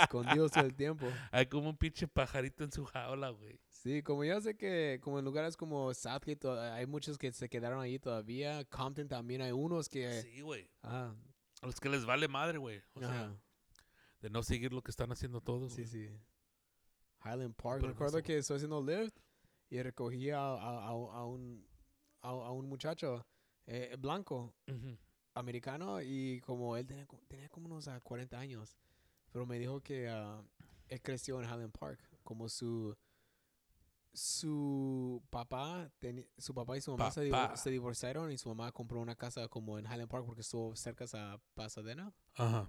[SPEAKER 3] escondidos todo el tiempo.
[SPEAKER 1] Hay como un pinche pajarito en su jaula, güey.
[SPEAKER 3] Sí, como yo sé que como en lugares como Southgate to- hay muchos que se quedaron ahí todavía. Compton también hay unos que...
[SPEAKER 1] Sí, güey.
[SPEAKER 3] Ah,
[SPEAKER 1] A los que les vale madre, güey. O sea,
[SPEAKER 3] ajá,
[SPEAKER 1] de no seguir lo que están haciendo todos.
[SPEAKER 3] sí,
[SPEAKER 1] güey.
[SPEAKER 3] sí. Highland Park.
[SPEAKER 1] Pero no
[SPEAKER 3] Recuerdo
[SPEAKER 1] sé.
[SPEAKER 3] que estoy haciendo lift y recogí a, a- a- a un, a, a un muchacho eh, blanco,
[SPEAKER 1] Ujú.
[SPEAKER 3] americano, y como él tenía, co- tenía como unos ah, 40 años, pero me dijo que ah, él creció en Highland Park, como su... Su papá, teni- su papá y su mamá se, divor-
[SPEAKER 1] Papá.
[SPEAKER 3] se divorciaron y su mamá compró una casa como en Highland Park porque estuvo cerca a Pasadena.
[SPEAKER 1] Ajá.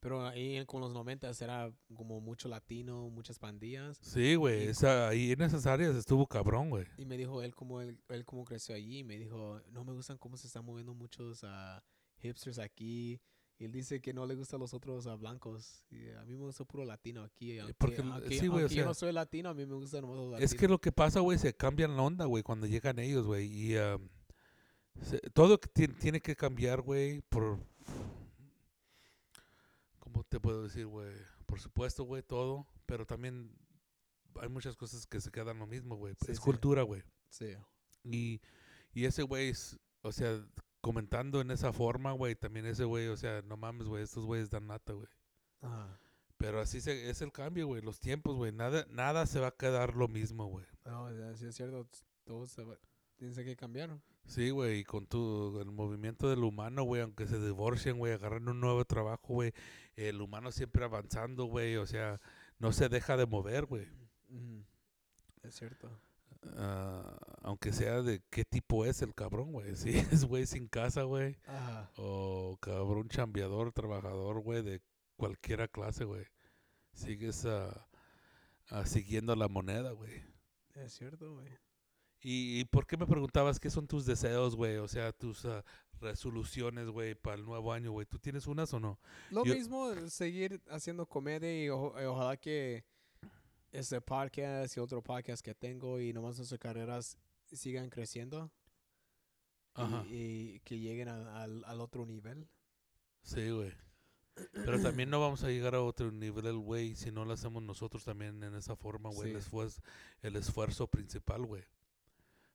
[SPEAKER 3] Pero ahí en- con los noventas era como mucho latino, muchas pandillas.
[SPEAKER 1] Sí, güey.
[SPEAKER 3] Y-
[SPEAKER 1] Esa, ahí en esas áreas estuvo cabrón, güey.
[SPEAKER 3] Y me dijo él cómo, él, él cómo creció allí. y Me dijo, no me gustan cómo se están moviendo muchos ah, hipsters aquí. Y él dice que no le gustan los otros ah, blancos. Y a mí me gusta puro latino aquí. Aunque,
[SPEAKER 1] Eh, porque l-
[SPEAKER 3] aunque-
[SPEAKER 1] sí, güey, o
[SPEAKER 3] aunque yo no
[SPEAKER 1] sea,
[SPEAKER 3] soy latino, a mí me gustan más los latinos.
[SPEAKER 1] Es que lo que pasa, güey, se cambian la onda, güey, cuando llegan ellos, güey. Y am, se- todo que ti- tiene que cambiar, güey, por... ¿Cómo te puedo decir, güey? Por supuesto, güey, todo. Pero también hay muchas cosas que se quedan lo mismo, güey.
[SPEAKER 3] Sí,
[SPEAKER 1] es
[SPEAKER 3] sí.
[SPEAKER 1] cultura, güey.
[SPEAKER 3] Sí.
[SPEAKER 1] Y, y ese güey, es- o sea, comentando en esa forma, güey, también ese güey, o sea, no mames, güey, estos güeyes dan nata, güey.
[SPEAKER 3] Ajá.
[SPEAKER 1] Pero así se- es el cambio, güey, los tiempos, güey. Nada, nada se va a quedar lo mismo, güey.
[SPEAKER 3] No, ya, sí es cierto. t- Todos se va- piensan que cambiaron.
[SPEAKER 1] Sí, güey, y con tu, el movimiento del humano, güey, aunque se divorcien, güey, agarran un nuevo trabajo, güey, el humano siempre avanzando, güey, o sea, no se deja de mover, güey.
[SPEAKER 3] Ujú. Es cierto.
[SPEAKER 1] Ah, aunque sea de qué tipo es el cabrón, güey. Si es güey sin casa, güey,
[SPEAKER 3] Ajá.
[SPEAKER 1] o Oh, cabrón chambeador, trabajador, güey, de cualquiera clase, güey. Sigues ah, ah, siguiendo la moneda, güey.
[SPEAKER 3] Es cierto, güey.
[SPEAKER 1] ¿Y, y por qué me preguntabas qué son tus deseos, güey? O sea, tus ah, resoluciones, güey, para el nuevo año, güey. ¿Tú tienes unas o no?
[SPEAKER 3] Lo
[SPEAKER 1] Yo-
[SPEAKER 3] mismo, seguir haciendo comedia y ojo- y ojalá que este podcast y otro podcast que tengo y nomás nuestras carreras sigan creciendo y-
[SPEAKER 1] Ajá.
[SPEAKER 3] y, que lleguen al, al- al otro nivel.
[SPEAKER 1] Sí, güey. Pero también no vamos a llegar a otro nivel, güey, si no lo hacemos nosotros también en esa forma, güey. El,
[SPEAKER 3] Sí.
[SPEAKER 1] esfuerzo, el esfuerzo principal, güey.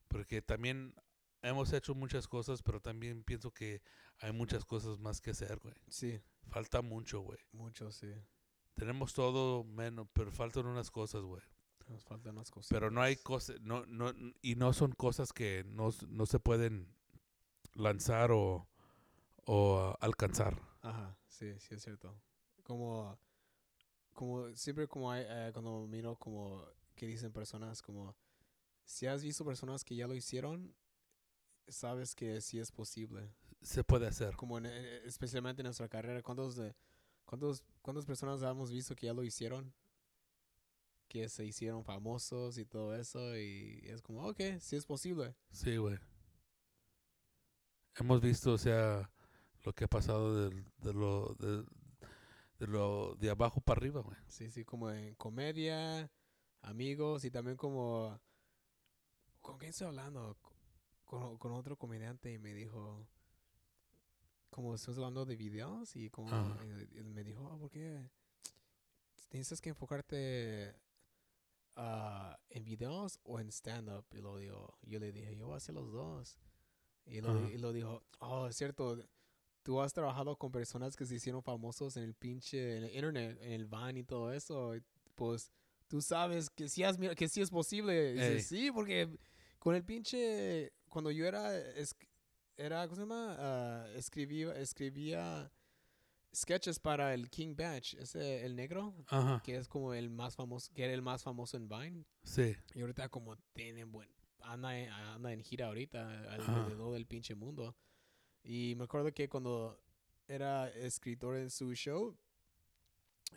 [SPEAKER 1] Porque también hemos hecho muchas cosas, pero también pienso que hay muchas cosas más que hacer, güey.
[SPEAKER 3] Sí,
[SPEAKER 1] Falta mucho, güey.
[SPEAKER 3] mucho, sí.
[SPEAKER 1] Tenemos todo menos, pero faltan unas cosas, güey.
[SPEAKER 3] Nos faltan las cosas.
[SPEAKER 1] pero no hay cosas no, no n- y no son cosas que no, s- no se pueden lanzar o, o ah, alcanzar
[SPEAKER 3] Ajá, sí, sí es cierto. Como, como siempre como hay, eh, cuando miro como que dicen personas como, si has visto personas que ya lo hicieron, sabes que sí es posible.
[SPEAKER 1] se puede hacer
[SPEAKER 3] como en- en- en- especialmente en nuestra carrera, ¿cuántos, de- cuántos, ¿cuántas personas hemos visto que ya lo hicieron? Que se hicieron famosos y todo eso, y es como, ok, sí es posible.
[SPEAKER 1] sí güey hemos visto o sea lo que ha pasado del- de, lo de, de lo de abajo para arriba güey
[SPEAKER 3] Sí, sí, como en comedia, amigos, y también como, ¿con quién estoy hablando? Con, con otro comediante, y me dijo, como estamos hablando de videos, y como,
[SPEAKER 1] Ajá.
[SPEAKER 3] y- y me dijo, "Ah, ¿por qué? Tienes que enfocarte ah, en videos o en stand-up. Y lo digo, yo le dije, yo voy a hacer los dos. Y lo, di-
[SPEAKER 1] Ajá.
[SPEAKER 3] y lo dijo, oh, es cierto, tú has trabajado con personas que se hicieron famosos en el pinche, en el internet, en el van y todo eso. y Pues tú sabes que sí, has, mir- que sí es posible. Y dice,
[SPEAKER 1] Ey.
[SPEAKER 3] sí, porque con el pinche, cuando yo era, es- era ¿cómo se llama? Ah, escribía, escribía sketches para el King Batch, ese, el negro,
[SPEAKER 1] ajá
[SPEAKER 3] que es como el más famoso, que era el más famoso en Vine.
[SPEAKER 1] sí
[SPEAKER 3] Y ahorita como tienen buen... Anda en, anda en gira ahorita
[SPEAKER 1] Ajá.
[SPEAKER 3] alrededor del pinche mundo. Y me acuerdo que cuando era escritor en su show,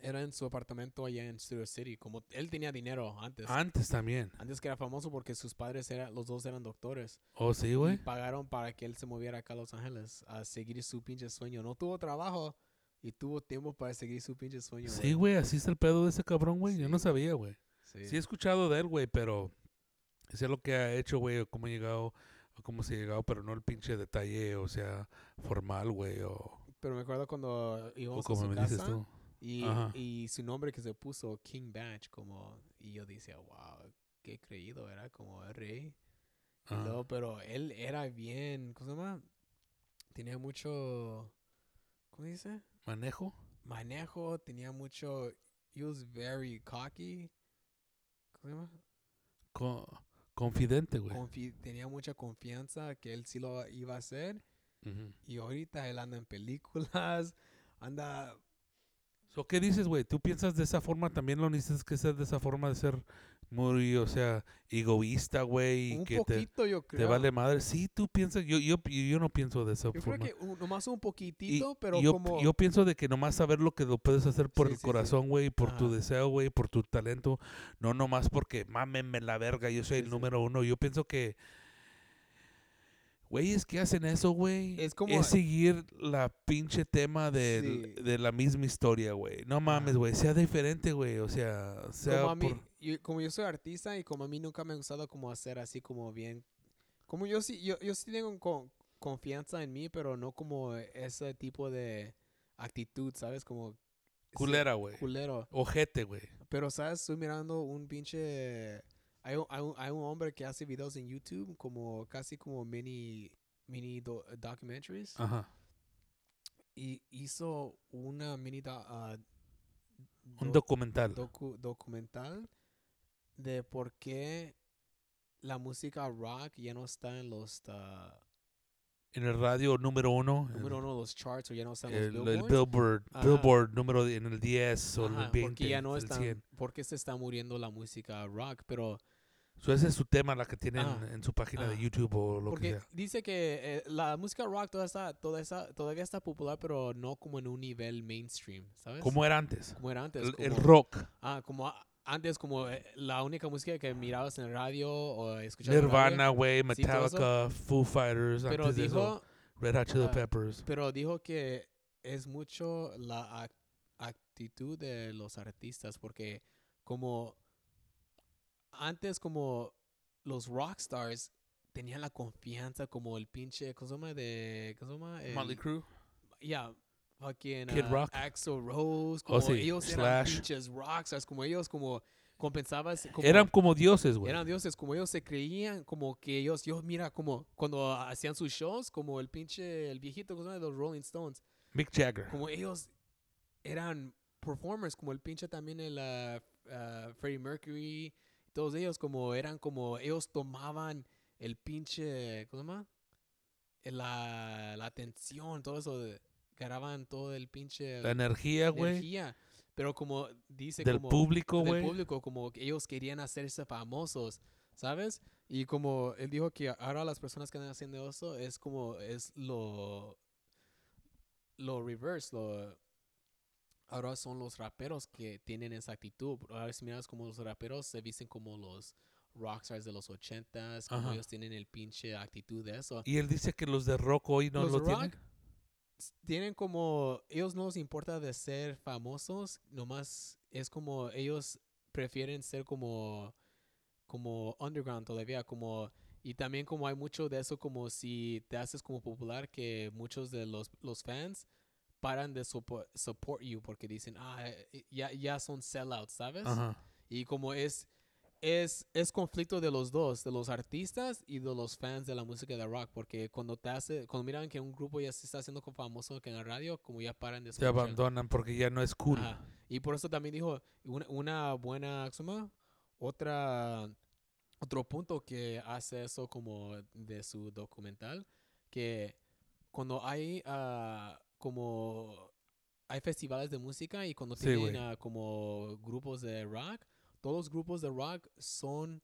[SPEAKER 3] era en su apartamento allá en Studio City. Como él tenía dinero antes.
[SPEAKER 1] Antes también.
[SPEAKER 3] Antes que era famoso porque sus padres eran, los dos eran doctores.
[SPEAKER 1] Oh, sí,
[SPEAKER 3] Y
[SPEAKER 1] güey.
[SPEAKER 3] pagaron para que él se moviera acá a Los Ángeles a seguir su pinche sueño. No tuvo trabajo y tuvo tiempo para seguir su pinche sueño.
[SPEAKER 1] Sí, güey, así está el pedo de ese cabrón, güey. Yo
[SPEAKER 3] Sí,
[SPEAKER 1] no
[SPEAKER 3] güey.
[SPEAKER 1] sabía, güey.
[SPEAKER 3] Sí.
[SPEAKER 1] Sí he escuchado de él, güey, pero sé lo que ha hecho, güey, o cómo ha llegado, o cómo se ha llegado, pero no el pinche detalle, o sea, formal, güey, o,
[SPEAKER 3] Pero me acuerdo cuando
[SPEAKER 1] o
[SPEAKER 3] íbamos a
[SPEAKER 1] como
[SPEAKER 3] su
[SPEAKER 1] me dices
[SPEAKER 3] casa
[SPEAKER 1] tú.
[SPEAKER 3] y,
[SPEAKER 1] Ajá.
[SPEAKER 3] y su nombre que se puso King Batch como y yo decía, "Wow, qué creído era como el rey." Y
[SPEAKER 1] Ajá.
[SPEAKER 3] luego, pero él era bien, ¿cómo se llama? Tenía mucho ¿cómo dice?
[SPEAKER 1] ¿Manejo?
[SPEAKER 3] Manejo, tenía mucho he was very cocky. ¿Cómo se llama?
[SPEAKER 1] Co- confidente, güey.
[SPEAKER 3] confi- tenía mucha confianza que él sí lo iba a hacer.
[SPEAKER 1] Ujú.
[SPEAKER 3] Y ahorita él anda en películas, anda...
[SPEAKER 1] So, ¿Qué dices, güey? ¿Tú piensas de esa forma? También lo necesitas que ser de esa forma de ser muy, o sea, egoísta, güey, y
[SPEAKER 3] un
[SPEAKER 1] que te,
[SPEAKER 3] poquito, yo
[SPEAKER 1] te
[SPEAKER 3] creo.
[SPEAKER 1] vale madre. Sí, tú piensas, yo, yo, yo no pienso de esa
[SPEAKER 3] yo creo
[SPEAKER 1] forma.
[SPEAKER 3] que un- nomás un poquitito,
[SPEAKER 1] Y-
[SPEAKER 3] pero
[SPEAKER 1] y yo,
[SPEAKER 3] como...
[SPEAKER 1] yo pienso de que nomás saber lo que lo puedes hacer por
[SPEAKER 3] Sí,
[SPEAKER 1] el
[SPEAKER 3] sí, sí.
[SPEAKER 1] corazón, güey, por tu
[SPEAKER 3] Ajá.
[SPEAKER 1] deseo, güey, por tu talento, no nomás porque mámenme la verga, yo soy
[SPEAKER 3] Sí,
[SPEAKER 1] el
[SPEAKER 3] sí.
[SPEAKER 1] número uno. Yo pienso que, güey, es que hacen eso, güey.
[SPEAKER 3] Es como-
[SPEAKER 1] seguir la pinche tema del-
[SPEAKER 3] Sí.
[SPEAKER 1] de la misma historia, güey. No mames, güey, sea diferente, güey. O sea, sea
[SPEAKER 3] como, a mí-
[SPEAKER 1] por-
[SPEAKER 3] yo, como yo soy artista y como a mí nunca me ha gustado como hacer así como bien... Como yo sí, yo, yo sí tengo un con- confianza en mí, pero no como ese tipo de actitud, ¿sabes? Como... sí,
[SPEAKER 1] culera, güey.
[SPEAKER 3] Culero.
[SPEAKER 1] Ojete, güey.
[SPEAKER 3] Pero, ¿sabes? Estoy mirando un pinche... Hay un, hay un, hay un hombre que hace videos en YouTube como casi como mini, mini do- documentaries.
[SPEAKER 1] Ajá.
[SPEAKER 3] Y hizo una mini do- ah,
[SPEAKER 1] Un
[SPEAKER 3] do-
[SPEAKER 1] documental.
[SPEAKER 3] docu- documental de por qué la música rock ya no está en los ah,
[SPEAKER 1] en el radio número uno. en-
[SPEAKER 3] número uno de los charts o ya no está en
[SPEAKER 1] el,
[SPEAKER 3] los
[SPEAKER 1] el
[SPEAKER 3] billboards.
[SPEAKER 1] Billboard,
[SPEAKER 3] Ajá.
[SPEAKER 1] Billboard número de- en el 10 o el
[SPEAKER 3] Ajá,
[SPEAKER 1] 20,
[SPEAKER 3] porque ya no
[SPEAKER 1] el
[SPEAKER 3] está
[SPEAKER 1] 100.
[SPEAKER 3] porque se está muriendo la música rock, pero
[SPEAKER 1] So, ese es su tema, la que tienen
[SPEAKER 3] Ajá.
[SPEAKER 1] en su página de
[SPEAKER 3] Ajá.
[SPEAKER 1] YouTube o lo
[SPEAKER 3] Ah. Porque
[SPEAKER 1] que sea.
[SPEAKER 3] dice que eh, la música rock toda está, toda está, todavía está popular, pero no como en un nivel mainstream, ¿sabes?
[SPEAKER 1] ¿Cómo era antes?
[SPEAKER 3] Como era antes.
[SPEAKER 1] El, el
[SPEAKER 3] como-
[SPEAKER 1] rock,
[SPEAKER 3] Ah, como a- antes, como eh, la única música que mirabas en el radio o escuchabas. en la radio,
[SPEAKER 1] Nirvana, güey,
[SPEAKER 3] Sí, todo eso.
[SPEAKER 1] Metallica, Foo Fighters,
[SPEAKER 3] Pero
[SPEAKER 1] antes de eso,
[SPEAKER 3] dijo,
[SPEAKER 1] Red Hot Chili
[SPEAKER 3] ah,
[SPEAKER 1] Peppers.
[SPEAKER 3] pero dijo que es mucho la ac- actitud de los artistas, porque como antes como los rockstars tenían la confianza como el pinche, ¿cómo se llama? De, ¿cómo se llama? El-
[SPEAKER 1] Motley Crue.
[SPEAKER 3] yeah, fucking
[SPEAKER 1] Kid
[SPEAKER 3] uh,
[SPEAKER 1] Rock. Oh,
[SPEAKER 3] Axl Rose, como
[SPEAKER 1] sí,
[SPEAKER 3] ellos eran
[SPEAKER 1] Slash.
[SPEAKER 3] pinches rockstars, como ellos como compensabas como
[SPEAKER 1] Eran como dioses, güey.
[SPEAKER 3] eran dioses, como ellos se creían, como que ellos, yo mira como cuando hacían sus shows, como el pinche el viejito ¿cómo se llama? de los Rolling Stones,
[SPEAKER 1] Mick Jagger.
[SPEAKER 3] como ellos eran performers, como el pinche también el uh, uh, Freddie Mercury, todos ellos como eran como ellos tomaban el pinche ¿cómo se llama? La, la atención, todo eso, de- ganaban todo el pinche
[SPEAKER 1] La energía, güey,
[SPEAKER 3] energía, pero como dice
[SPEAKER 1] del
[SPEAKER 3] como
[SPEAKER 1] público,
[SPEAKER 3] del
[SPEAKER 1] güey.
[SPEAKER 3] público, como que ellos querían hacerse famosos, ¿sabes? Y como él dijo que ahora las personas que andan haciendo eso es como es lo lo reverse, lo ahora son los raperos que tienen esa actitud. Ahora si miras como los raperos se visten como los rockstars de los ochentas, como
[SPEAKER 1] Ajá.
[SPEAKER 3] ellos tienen el pinche actitud de eso.
[SPEAKER 1] Y él dice que los de rock hoy no
[SPEAKER 3] Los
[SPEAKER 1] lo
[SPEAKER 3] de
[SPEAKER 1] tienen.
[SPEAKER 3] rock, s- tienen como ellos no les importa de ser famosos, nomás es como ellos prefieren ser como como underground todavía, como y también como hay mucho de eso como si te haces como popular que muchos de los los fans paran de support, support you porque dicen, ah, eh, ya ya son sellouts, ¿sabes?
[SPEAKER 1] Ajá.
[SPEAKER 3] Y como es, es, es conflicto de los dos, de los artistas y de los fans de la música de rock, porque cuando te hace, cuando miran que un grupo ya se está haciendo como famoso que en la radio, como ya paran de
[SPEAKER 1] Se
[SPEAKER 3] escuchar.
[SPEAKER 1] abandonan porque ya no es cool.
[SPEAKER 3] Ajá. Y por eso también dijo una, una buena, ¿cómo se llama? Otra, otro punto que hace eso como de su documental, que cuando hay ah, como hay festivales de música y cuando
[SPEAKER 1] Sí,
[SPEAKER 3] tienen
[SPEAKER 1] güey.
[SPEAKER 3] ah, como grupos de rock, todos los grupos de rock son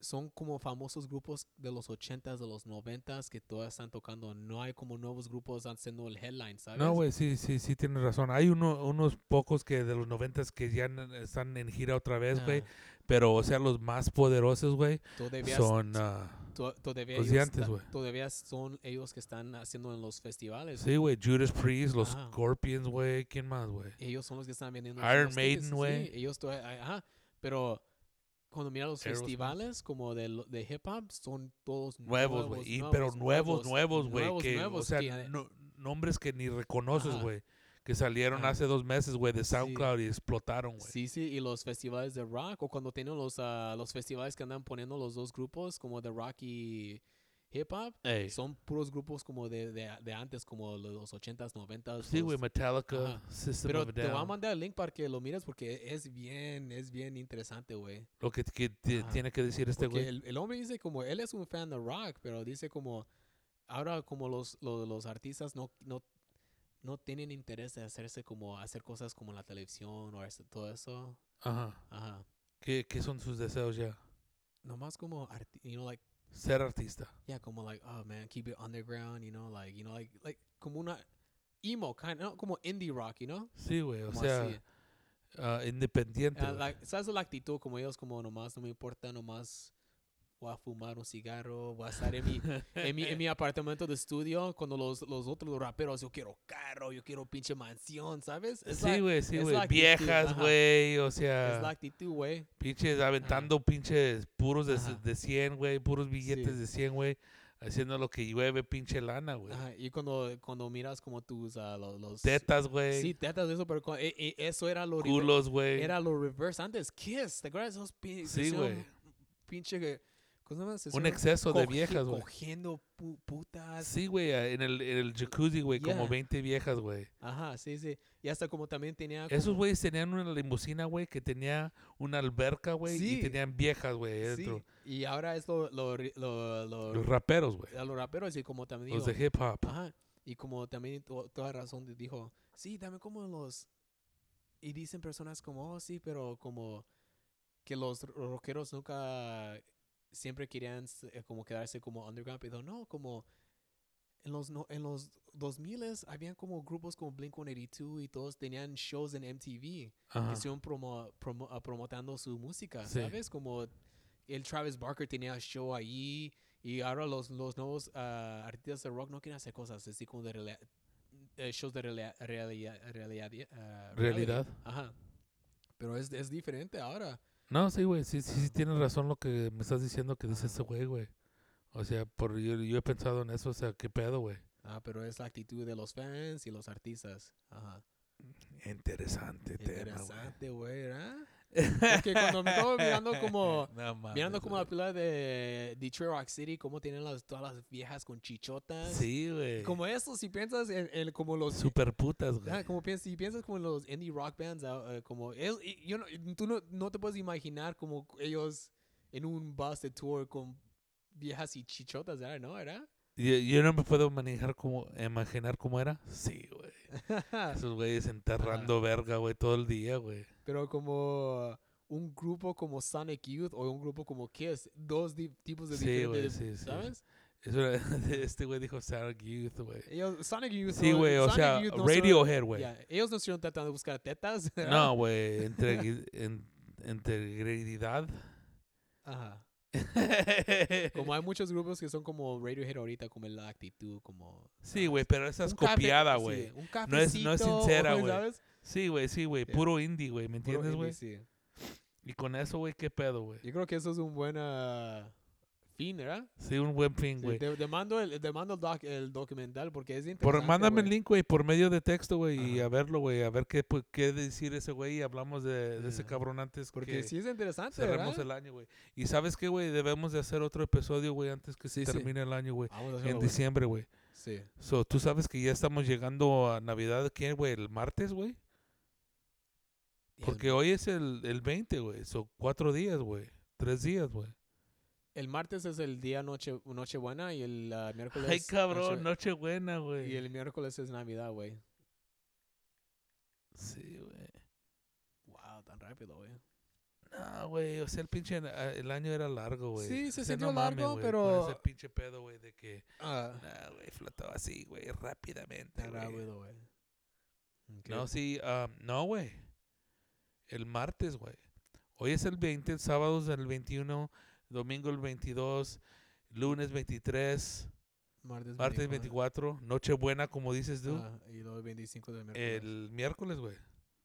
[SPEAKER 3] son como famosos grupos de los 80s, de los 90s que todavía están tocando. No hay como nuevos grupos haciendo el headline, ¿sabes?
[SPEAKER 1] No, güey, sí, sí, sí, tienes razón. Hay uno, unos pocos que de los noventas que ya n- están en gira otra vez, güey.
[SPEAKER 3] Ah,
[SPEAKER 1] Pero, o sea, los más poderosos, güey,
[SPEAKER 3] todavía,
[SPEAKER 1] son... ah,
[SPEAKER 3] to- todavía,
[SPEAKER 1] los
[SPEAKER 3] ellos
[SPEAKER 1] de antes,
[SPEAKER 3] esta-
[SPEAKER 1] güey.
[SPEAKER 3] todavía son ellos que están haciendo en los festivales.
[SPEAKER 1] sí, güey, Judas Priest, los
[SPEAKER 3] Ajá.
[SPEAKER 1] Scorpions, güey. ¿Quién más, güey?
[SPEAKER 3] Ellos son los que están vendiendo.
[SPEAKER 1] Iron
[SPEAKER 3] los tickets,
[SPEAKER 1] Maiden, güey.
[SPEAKER 3] Sí, ellos todavía. ay, Ajá. Pero cuando mira los
[SPEAKER 1] Aerosmith.
[SPEAKER 3] festivales como de, lo- de hip hop, son todos
[SPEAKER 1] Nuevos, güey. y- Pero nuevos, nuevos, güey.
[SPEAKER 3] nuevos,
[SPEAKER 1] Que, o
[SPEAKER 3] nuevos
[SPEAKER 1] sea,
[SPEAKER 3] que, eh,
[SPEAKER 1] no- nombres que ni reconoces,
[SPEAKER 3] Ajá.
[SPEAKER 1] güey. Que salieron
[SPEAKER 3] Ah.
[SPEAKER 1] hace dos meses, güey, de
[SPEAKER 3] Sí.
[SPEAKER 1] SoundCloud y explotaron, güey.
[SPEAKER 3] Sí, sí, y los festivales de rock, o cuando tienen los, ah, los festivales que andan poniendo los dos grupos, como de rock y hip hop,
[SPEAKER 1] Ey.
[SPEAKER 3] son puros grupos como de, de, de antes, como los 80s, 90s.
[SPEAKER 1] Sí, güey,
[SPEAKER 3] los-
[SPEAKER 1] Metallica,
[SPEAKER 3] Ajá.
[SPEAKER 1] System
[SPEAKER 3] Pero
[SPEAKER 1] of a
[SPEAKER 3] te voy a
[SPEAKER 1] Down.
[SPEAKER 3] mandar el link para que lo mires porque es bien, es bien interesante, güey.
[SPEAKER 1] Lo que, que te-
[SPEAKER 3] Ajá.
[SPEAKER 1] tiene que decir este
[SPEAKER 3] Porque
[SPEAKER 1] güey.
[SPEAKER 3] el, el hombre dice como, él es un fan de rock, pero dice como, ahora como los, los, los artistas no, no, no tienen interés de hacerse como, hacer cosas como en la televisión o hacer todo eso.
[SPEAKER 1] Ajá.
[SPEAKER 3] Ajá.
[SPEAKER 1] ¿Qué, qué son sus deseos ya?
[SPEAKER 3] Nomás como, arti- you know, like,
[SPEAKER 1] Ser artista.
[SPEAKER 3] yeah, como like, oh man, keep it underground, you know, like, you know, like, like, como una emo, kind no, como indie rock, you know?
[SPEAKER 1] Sí, güey, o
[SPEAKER 3] Como
[SPEAKER 1] sea,
[SPEAKER 3] así.
[SPEAKER 1] ah, independiente.
[SPEAKER 3] Ah,
[SPEAKER 1] güey.
[SPEAKER 3] la- ¿Sabes la actitud? Como ellos, como nomás, no me importa, nomás voy a fumar un cigarro, voy a estar en mi, en mi, en mi apartamento de estudio, cuando los, los otros los raperos, yo quiero carro, yo quiero pinche mansión, ¿sabes? Es
[SPEAKER 1] sí,
[SPEAKER 3] la,
[SPEAKER 1] güey, Ah. sí,
[SPEAKER 3] es la
[SPEAKER 1] güey.
[SPEAKER 3] actitud,
[SPEAKER 1] Viejas,
[SPEAKER 3] ajá.
[SPEAKER 1] güey, o sea,
[SPEAKER 3] es la actitud, güey.
[SPEAKER 1] pinches aventando pinches puros de,
[SPEAKER 3] Ajá.
[SPEAKER 1] de 100, güey, puros billetes
[SPEAKER 3] Sí.
[SPEAKER 1] de 100, güey, haciendo lo que llueve, pinche lana, güey.
[SPEAKER 3] Ajá, Y cuando, cuando miras como tus, ah, los, los-
[SPEAKER 1] Tetas, güey,
[SPEAKER 3] Sí, tetas, eso, pero cu- e- e- eso era lo rico.
[SPEAKER 1] culos, güey.
[SPEAKER 3] Era lo reverse antes. Kiss, ¿te acuerdas? de Esos pin-
[SPEAKER 1] Sí,
[SPEAKER 3] hicieron
[SPEAKER 1] güey.
[SPEAKER 3] Pinche. que- ¿Cómo se llama? Se
[SPEAKER 1] Un
[SPEAKER 3] hicieron
[SPEAKER 1] exceso de
[SPEAKER 3] cogi-
[SPEAKER 1] viejas, güey.
[SPEAKER 3] Cogiendo pu- putas.
[SPEAKER 1] Sí, güey, ah, en el, en el jacuzzi, güey, como
[SPEAKER 3] Yeah.
[SPEAKER 1] 20 viejas, güey.
[SPEAKER 3] Ajá, sí, sí. Y hasta como también tenía.
[SPEAKER 1] Esos
[SPEAKER 3] como-
[SPEAKER 1] güeyes tenían una limusina, güey, que tenía una alberca, güey, y
[SPEAKER 3] Sí.
[SPEAKER 1] tenían viejas, güey, dentro.
[SPEAKER 3] Sí. Y ahora es lo. lo, ri- lo, lo-
[SPEAKER 1] Los raperos, güey.
[SPEAKER 3] a los raperos y como también.
[SPEAKER 1] Los
[SPEAKER 3] digo,
[SPEAKER 1] de hip hop.
[SPEAKER 3] Ajá. Y como también to- toda razón di- dijo, sí, también como los... Y dicen personas como, oh, sí, pero como que los ro- rockeros nunca siempre querían s- eh, como quedarse como underground. Pero no, como en los, no, en los 2000 habían como grupos como Blink-182 y todos tenían shows en MTV que
[SPEAKER 1] Ajá.
[SPEAKER 3] estuvieron promo, promo- ah, promotando su música,
[SPEAKER 1] Sí.
[SPEAKER 3] ¿sabes? Como el Travis Barker tenía show ahí y ahora los, los nuevos ah, artistas de rock no quieren hacer cosas así como de rela- eh, shows de rela- realia- realidad- ah, reality.
[SPEAKER 1] Realidad.
[SPEAKER 3] Ajá. Pero es, es diferente ahora.
[SPEAKER 1] No, sí, güey, sí, sí, sí tienes razón lo que me estás diciendo que
[SPEAKER 3] Ajá.
[SPEAKER 1] dice ese güey, güey. O sea, por, yo, yo he pensado en eso, o sea, qué pedo, güey.
[SPEAKER 3] Ah, pero es la actitud de los fans y los artistas. Ajá.
[SPEAKER 1] Interesante,
[SPEAKER 3] Interesante, güey, ¿verdad?
[SPEAKER 1] tema,
[SPEAKER 3] Porque cuando me estaba mirando como-
[SPEAKER 1] No mames,
[SPEAKER 3] Mirando como la
[SPEAKER 1] Ah, güey.
[SPEAKER 3] pila de Detroit Rock City, cómo tienen las, todas las viejas con chichotas.
[SPEAKER 1] Sí, güey.
[SPEAKER 3] Como eso, si piensas en, en como los
[SPEAKER 1] Super putas,
[SPEAKER 3] Ah,
[SPEAKER 1] güey.
[SPEAKER 3] como piensas, si piensas como en los indie rock bands, ah, eh, como es- y- yo no, y tú no, no te puedes imaginar como ellos en un bus de tour con viejas y chichotas, ¿verdad? ¿no? ¿Verdad?
[SPEAKER 1] Yo, yo no me puedo manejar como, imaginar cómo era. Sí, güey.
[SPEAKER 3] Ah.
[SPEAKER 1] Esos güeyes enterrando verga, güey, todo el día, güey.
[SPEAKER 3] Pero como un grupo como Sonic Youth o un grupo como Kiss, dos di- tipos de
[SPEAKER 1] Sí,
[SPEAKER 3] diferentes,
[SPEAKER 1] güey, sí, sí.
[SPEAKER 3] ¿sabes?
[SPEAKER 1] Eso era- este güey dijo Sarah Youth, güey.
[SPEAKER 3] Ellos, Sonic Youth,
[SPEAKER 1] Sí,
[SPEAKER 3] no-
[SPEAKER 1] güey, o
[SPEAKER 3] Sonic
[SPEAKER 1] sea,
[SPEAKER 3] Youth no estuvieron-
[SPEAKER 1] Radiohead, güey.
[SPEAKER 3] ya, ellos no estuvieron tratando de buscar tetas. ¿verdad?
[SPEAKER 1] No, güey, integri- en- integridad.
[SPEAKER 3] Ajá. Como hay muchos grupos que son como Radiohead ahorita, como la actitud, como...
[SPEAKER 1] Sí,
[SPEAKER 3] ah,
[SPEAKER 1] güey, pero esa es
[SPEAKER 3] un café-
[SPEAKER 1] copiada,
[SPEAKER 3] sí,
[SPEAKER 1] güey.
[SPEAKER 3] un
[SPEAKER 1] No es- no es
[SPEAKER 3] cafecito,
[SPEAKER 1] sincera, güey.
[SPEAKER 3] ¿sabes?
[SPEAKER 1] Sí, güey, sí, güey.
[SPEAKER 3] Ya.
[SPEAKER 1] Puro indie, güey, ¿me
[SPEAKER 3] Puro
[SPEAKER 1] entiendes,
[SPEAKER 3] indie,
[SPEAKER 1] güey?
[SPEAKER 3] sí.
[SPEAKER 1] Y con eso, güey, qué pedo, güey.
[SPEAKER 3] Yo creo que eso es un buen ah, fin, ¿verdad?
[SPEAKER 1] Sí, un buen fin,
[SPEAKER 3] Sí,
[SPEAKER 1] güey.
[SPEAKER 3] te, te mando el, te mando el, doc- el documental porque es interesante.
[SPEAKER 1] Por, mándame el
[SPEAKER 3] güey.
[SPEAKER 1] link, güey, por medio de texto, güey, y
[SPEAKER 3] Ajá.
[SPEAKER 1] a verlo, güey, a ver qué, pu- qué decir ese güey y hablamos de, de ese
[SPEAKER 3] Ya.
[SPEAKER 1] cabrón antes
[SPEAKER 3] Porque
[SPEAKER 1] que
[SPEAKER 3] sí es interesante,
[SPEAKER 1] cerremos
[SPEAKER 3] ¿verdad?
[SPEAKER 1] el año, güey. Y sabes qué, güey, debemos de hacer otro episodio, güey, antes que se
[SPEAKER 3] Sí, sí.
[SPEAKER 1] termine el año, güey.
[SPEAKER 3] Vamos a
[SPEAKER 1] En
[SPEAKER 3] hacerlo, güey.
[SPEAKER 1] diciembre, güey.
[SPEAKER 3] Sí.
[SPEAKER 1] So, tú sabes que ya estamos llegando a Navidad, ¿qué, güey? ¿El martes, güey?
[SPEAKER 3] Y
[SPEAKER 1] Porque hoy es el, el 20, güey. Son cuatro días, güey. Tres días, güey.
[SPEAKER 3] el, el martes es el día noche Nochebuena y el ah, miércoles...
[SPEAKER 1] Ay, cabrón,
[SPEAKER 3] noche-
[SPEAKER 1] Nochebuena,
[SPEAKER 3] Y
[SPEAKER 1] güey.
[SPEAKER 3] el miércoles es Navidad, güey.
[SPEAKER 1] Sí, güey.
[SPEAKER 3] Wow, tan rápido, güey.
[SPEAKER 1] No, güey, o sea, el pinche ah, el año era largo, güey.
[SPEAKER 3] Sí, se
[SPEAKER 1] O sea,
[SPEAKER 3] sintió
[SPEAKER 1] mames,
[SPEAKER 3] largo,
[SPEAKER 1] güey,
[SPEAKER 3] pero-
[SPEAKER 1] Con ese pinche pedo, güey, de que...
[SPEAKER 3] Ah,
[SPEAKER 1] Nah, güey, flotaba así, güey, rápidamente,
[SPEAKER 3] está
[SPEAKER 1] güey.
[SPEAKER 3] rápido, güey. Ok.
[SPEAKER 1] No, sí, ah, no, güey. El martes, güey. Hoy es el 20, el sábado es el 21, domingo el 22, lunes 23,
[SPEAKER 3] martes,
[SPEAKER 1] martes 24, Nochebuena, como dices tú,
[SPEAKER 3] Ah, y luego el 25 de miércoles.
[SPEAKER 1] el miércoles, güey.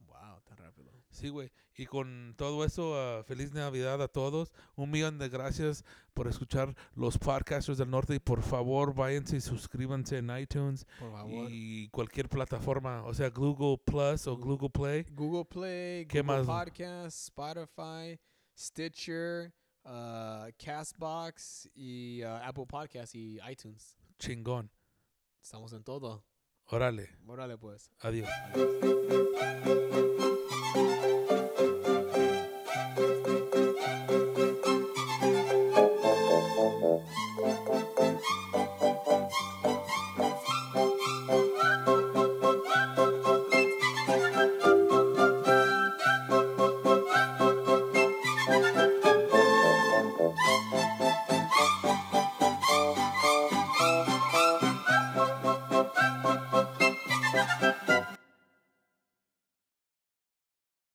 [SPEAKER 3] Wow, tan rápido.
[SPEAKER 1] Sí, güey. Y con todo eso, ah, feliz Navidad a todos. Un millón de gracias por escuchar los podcasters del norte. Y por favor, váyanse y suscríbanse en iTunes
[SPEAKER 3] Por favor.
[SPEAKER 1] y cualquier plataforma, o sea, Google Plus o Google Play.
[SPEAKER 3] Google Play,
[SPEAKER 1] ¿Qué
[SPEAKER 3] Google
[SPEAKER 1] más?
[SPEAKER 3] Podcast, Spotify, Stitcher, ah, Castbox y ah, Apple Podcasts y iTunes.
[SPEAKER 1] Chingón.
[SPEAKER 3] Estamos en todo.
[SPEAKER 1] Órale.
[SPEAKER 3] Órale, pues.
[SPEAKER 1] Adiós.
[SPEAKER 3] Adiós.